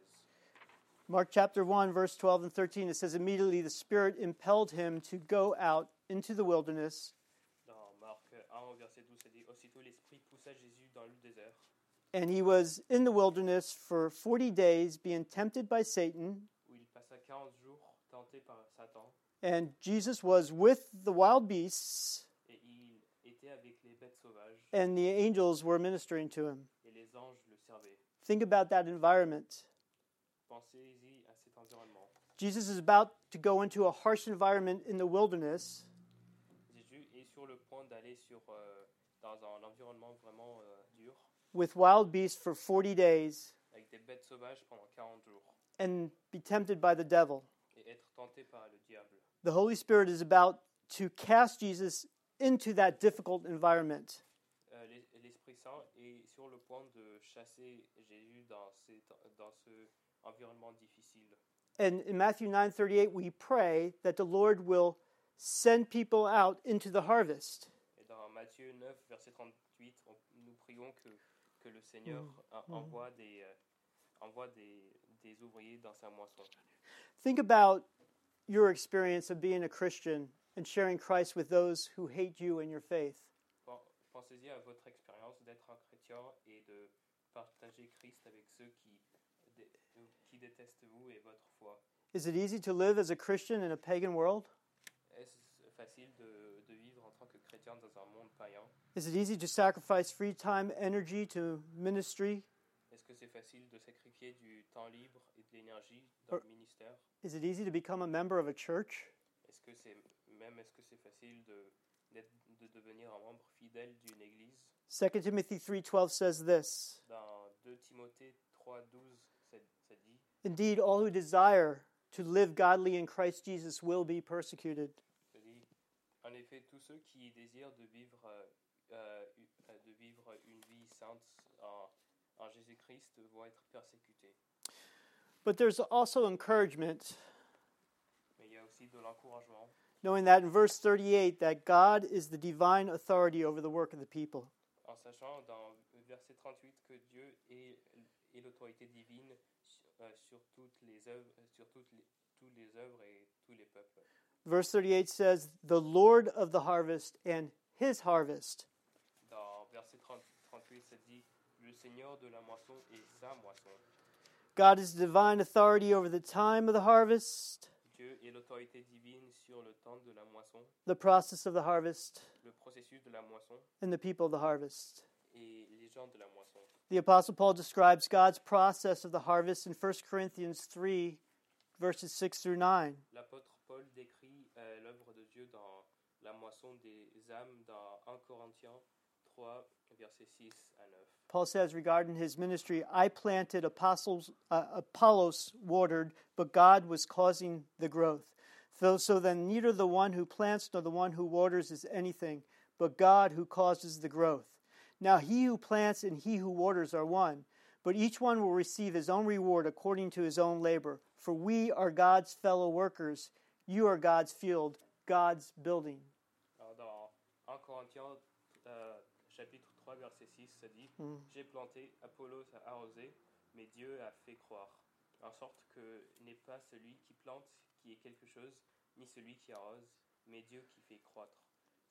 [SPEAKER 2] Mark chapter 1, verse 12 and 13, it says, Immediately the Spirit impelled him to go out into the wilderness
[SPEAKER 3] Dans Marc 1, verset 12, c'est dit Aussitôt l'Esprit poussa Jésus dans le désert.
[SPEAKER 2] And he was in the wilderness for 40 days, being tempted by Satan.
[SPEAKER 3] où il passa 40 jours tenté par Satan,
[SPEAKER 2] And Jesus was with the wild beasts,
[SPEAKER 3] et il était avec les bêtes sauvages,
[SPEAKER 2] and the angels were ministering to him.
[SPEAKER 3] et les anges le servaient.
[SPEAKER 2] Think about that environment.
[SPEAKER 3] Pensez-y à cet environnement.
[SPEAKER 2] Jesus is about to go into a harsh environment in the wilderness,
[SPEAKER 3] Jésus est sur le point d'aller sur euh, dans un environnement vraiment euh, dur,
[SPEAKER 2] with wild beasts for 40 days,
[SPEAKER 3] avec des bêtes sauvages pendant 40 jours,
[SPEAKER 2] and be tempted by the devil.
[SPEAKER 3] et être tenté par le diable.
[SPEAKER 2] The Holy Spirit is about to cast Jesus into that difficult environment.
[SPEAKER 3] Euh, l'es- L'Esprit Saint est sur le point de chasser Jésus dans, cet, dans ce environnement difficile.
[SPEAKER 2] And in Matthew 9:38 we pray that the Lord will send people out into the harvest.
[SPEAKER 3] Et dans Matthieu 9, verset 38, on- nous prions que, que le Seigneur en- envoie, des, euh, envoie des, des ouvriers dans sa moisson.
[SPEAKER 2] Think about your experience of being a Christian and sharing Christ with those who hate you and your faith.
[SPEAKER 3] Pen- Pensez-y à votre expérience d'être un chrétien et de partager Christ avec ceux qui, dé- qui détestent vous et votre foi.
[SPEAKER 2] Is it easy to live as a Christian in a pagan world?
[SPEAKER 3] Est-ce facile de, de vivre en tant que chrétien dans un monde païen
[SPEAKER 2] Is it easy to sacrifice free time, energy to ministry?
[SPEAKER 3] Est-ce que c'est facile de sacrifier du temps libre et de l'énergie dans le ministère
[SPEAKER 2] Is it easy to become a member of a church?
[SPEAKER 3] Est-ce que c'est même est-ce que c'est facile de d'être- de devenir un membre fidèle d'une église
[SPEAKER 2] 2 Timothy 3:12 says this,
[SPEAKER 3] Dans 2 Timothée 3, 12, ça, ça dit
[SPEAKER 2] Indeed, all who desire to live godly in Christ Jesus will be persecuted.
[SPEAKER 3] ça dit, En effet, tous ceux qui désirent de vivre, euh, euh, u- euh, de vivre une vie sainte en, en Jésus-Christ vont être persécutés.
[SPEAKER 2] But there's also encouragement,
[SPEAKER 3] Mais il y a aussi de l'encouragement,
[SPEAKER 2] knowing that in verse 38 that God is the divine authority over the work of the people.
[SPEAKER 3] en sachant dans le verset 38 que Dieu est, est l'autorité divine sur, euh, sur toutes les œuvres, sur toutes les, toutes les œuvres et tous les peuples.
[SPEAKER 2] Verse 38 says, "The Lord of the harvest and his harvest."
[SPEAKER 3] Dans verset 30 38, ça dit Le Seigneur de la moisson et sa moisson.
[SPEAKER 2] God is divine authority over the time of the harvest,
[SPEAKER 3] Dieu est l'autorité divine sur le temps de la moisson,
[SPEAKER 2] the process of the harvest,
[SPEAKER 3] le processus de la moisson
[SPEAKER 2] and the people of the harvest.
[SPEAKER 3] et les gens de la moisson.
[SPEAKER 2] The Apostle Paul describes God's process of the harvest in 1 Corinthians 3, verses 6 through 9.
[SPEAKER 3] L'apôtre Paul décrit euh, l'œuvre de Dieu dans la moisson des âmes dans 1 Corinthiens 3, versets 6 à 9.
[SPEAKER 2] Paul says regarding his ministry, I planted, apostles, uh, Apollos watered, but God was causing the growth. So, so then, neither the one who plants nor the one who waters is anything, but God who causes the growth. Now, he who plants and he who waters are one, but each one will receive his own reward according to his own labor. For we are God's fellow workers. You are God's field, God's building.
[SPEAKER 3] Alors, dans 1 Corinthiens euh, chapitre 3, verset 6, ça dit
[SPEAKER 2] Mm.
[SPEAKER 3] J'ai planté, Apollos a arrosé, mais Dieu a fait croire. En sorte que n'est pas celui qui plante qui est quelque chose, ni celui qui arrose, mais Dieu qui fait croître.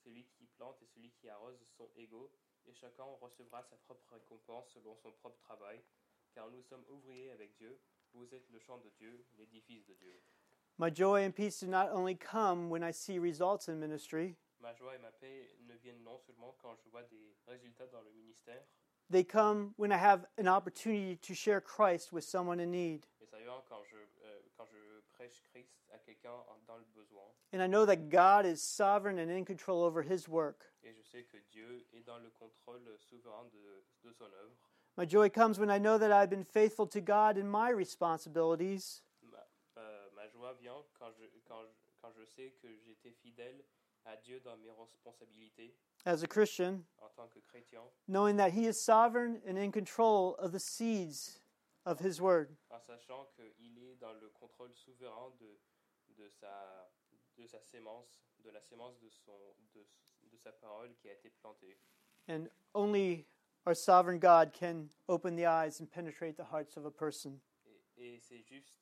[SPEAKER 3] Celui qui plante et celui qui arrose sont égaux, et chacun recevra sa propre récompense selon son propre travail, car nous sommes ouvriers avec Dieu, vous êtes le champ de Dieu, l'édifice de Dieu.
[SPEAKER 2] My joy and peace do not only come when I see results in ministry,
[SPEAKER 3] Ma joie et ma paix ne viennent non seulement quand je vois des résultats dans le ministère,
[SPEAKER 2] They come when I have an opportunity to share Christ with someone in need.
[SPEAKER 3] mais ça vient quand je, euh, quand je prêche Christ à quelqu'un en- dans le besoin.
[SPEAKER 2] And I know that God is sovereign and in control over his work.
[SPEAKER 3] Et je sais que Dieu est dans le contrôle souverain de, de son œuvre.
[SPEAKER 2] My joy comes when I know that I've been faithful to God in my responsibilities.
[SPEAKER 3] Ma, euh, ma joie vient quand je, quand, je, quand je sais que j'étais fidèle à Dieu dans mes responsabilités
[SPEAKER 2] As a Christian,
[SPEAKER 3] en tant que chrétien,
[SPEAKER 2] knowing that he is sovereign and in control of the seeds of his word.
[SPEAKER 3] en sachant qu'il est dans le contrôle souverain de, de, sa, de sa sémence, de la sémence de, son, de, de sa parole qui a été plantée.
[SPEAKER 2] And only our sovereign God can open the eyes and penetrate the hearts of a person.
[SPEAKER 3] Et, et c'est juste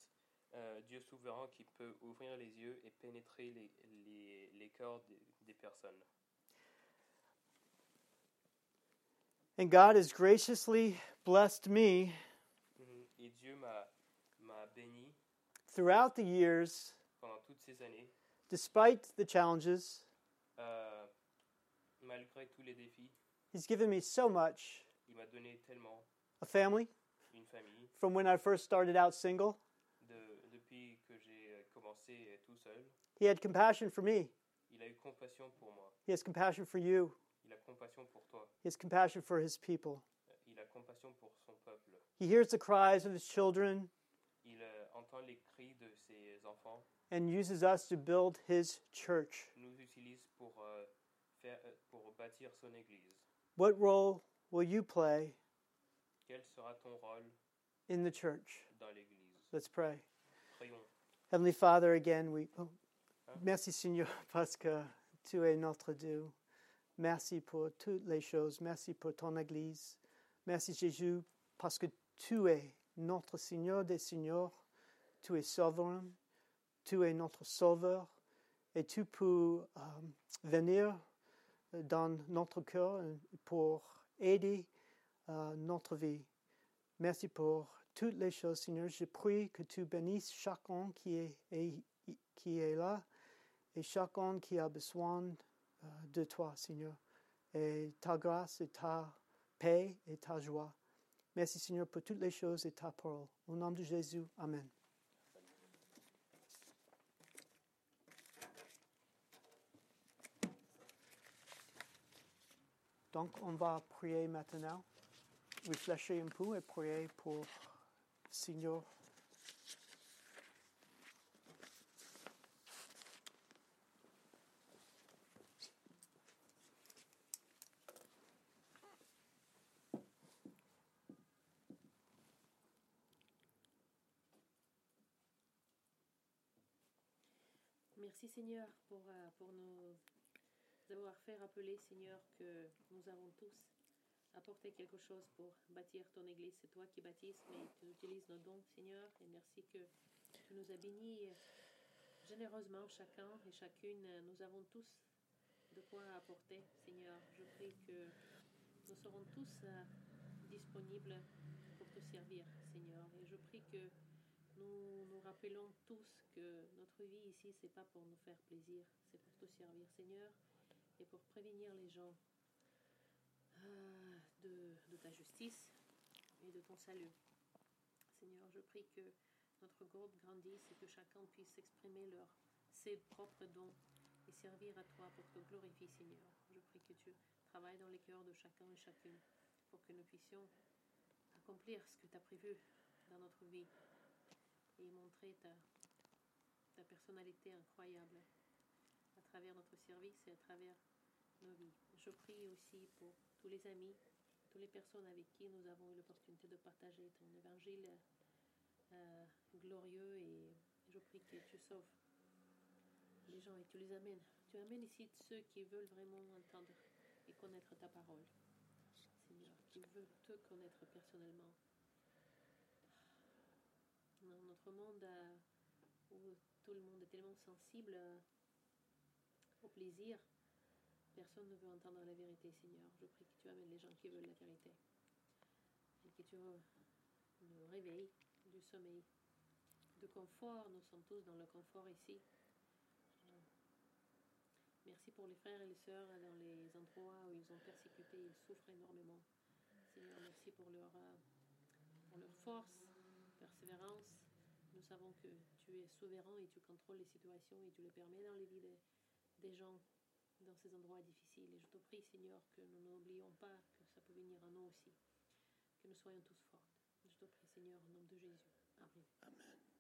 [SPEAKER 3] euh, Dieu souverain qui peut ouvrir les yeux et pénétrer les, les, les cœurs des, des personnes.
[SPEAKER 2] And God has graciously blessed me
[SPEAKER 3] Et Dieu m'a m'a béni
[SPEAKER 2] throughout the years,
[SPEAKER 3] pendant toutes ces années,
[SPEAKER 2] despite the challenges.
[SPEAKER 3] euh, malgré tous les défis.
[SPEAKER 2] He's given me so much
[SPEAKER 3] Il m'a donné tellement
[SPEAKER 2] a family
[SPEAKER 3] une famille
[SPEAKER 2] from when I first started out single.
[SPEAKER 3] de, depuis que j'ai euh, commencé euh, tout seul.
[SPEAKER 2] He had compassion for me.
[SPEAKER 3] Il a eu compassion pour moi.
[SPEAKER 2] He has compassion for you.
[SPEAKER 3] Il a compassion pour toi.
[SPEAKER 2] He has compassion for his people.
[SPEAKER 3] Il a compassion pour son peuple.
[SPEAKER 2] He hears the cries of his children
[SPEAKER 3] Il euh, entend les cris de ses enfants.
[SPEAKER 2] and uses us to build his church.
[SPEAKER 3] Nous utilise pour euh, faire euh, pour bâtir son église.
[SPEAKER 2] What role will you play
[SPEAKER 3] Quel sera ton rôle
[SPEAKER 2] in the church?
[SPEAKER 3] dans l'église
[SPEAKER 2] Let's pray.
[SPEAKER 3] Prions.
[SPEAKER 2] Heavenly Father, again, we. Oh, merci Seigneur, parce que tu es notre Dieu. Merci pour toutes les choses. Merci pour ton Église. Merci Jésus, parce que tu es notre Seigneur des Seigneurs. Tu es souverain. Tu es notre Sauveur. Et tu peux euh, venir dans notre cœur pour aider euh, notre vie. Merci pour toutes les choses, Seigneur. Je prie que tu bénisses chacun qui est, est- qui est là et chacun qui a besoin euh, de toi, Seigneur. Et ta grâce et ta paix et ta joie. Merci, Seigneur, pour toutes les choses et ta parole. Au nom de Jésus, Amen. Donc, on va prier maintenant réfléchir un peu et prier pour le Seigneur.
[SPEAKER 1] Merci Seigneur pour, euh, pour nous avoir fait rappeler, Seigneur, que nous avons tous apporté quelque chose pour bâtir ton Église. C'est toi qui bâtisses, mais tu utilises nos dons, Seigneur. Et merci que tu nous as bénis euh, généreusement, chacun et chacune. Euh, Nous avons tous de quoi apporter, Seigneur. Je prie que nous serons tous euh, disponibles pour te servir, Seigneur. Et je prie que nous nous rappelons tous que notre vie ici, c'est pas pour nous faire plaisir, c'est pour te servir, Seigneur, et pour prévenir les gens euh, de, de ta justice, et de ton salut. Seigneur, je prie que notre groupe grandisse et que chacun puisse exprimer leur, ses propres dons et servir à toi pour te glorifier, Seigneur. Je prie que tu travailles dans les cœurs de chacun et chacune pour que nous puissions accomplir ce que tu as prévu dans notre vie et montrer ta, ta personnalité incroyable à travers notre service et à travers nos vies. Je prie aussi pour tous les amis, toutes les personnes avec qui nous avons eu l'opportunité de partager ton évangile euh, glorieux et je prie que tu sauves les gens et tu les amènes. Tu amènes ici ceux qui veulent vraiment entendre et connaître ta parole. Seigneur, qui veulent te connaître personnellement. Dans notre monde euh, où tout le monde est tellement sensible euh, au plaisir, Personne ne veut entendre la vérité, Seigneur. Je prie que tu amènes les gens qui veulent la vérité. Et que tu nous réveilles du sommeil, de confort. Nous sommes tous dans le confort ici. Euh, Merci pour les frères et les sœurs dans les endroits où ils ont persécuté, ils souffrent énormément. Seigneur, merci pour leur, euh, pour leur force, persévérance. Nous savons que tu es souverain et tu contrôles les situations et tu le permets dans les vies des- des gens dans ces endroits difficiles. Et je te prie, Seigneur, que nous n'oublions pas que ça peut venir à nous aussi. Que nous soyons tous fortes. Je te prie, Seigneur, au nom de Jésus. Amen.
[SPEAKER 4] Amen.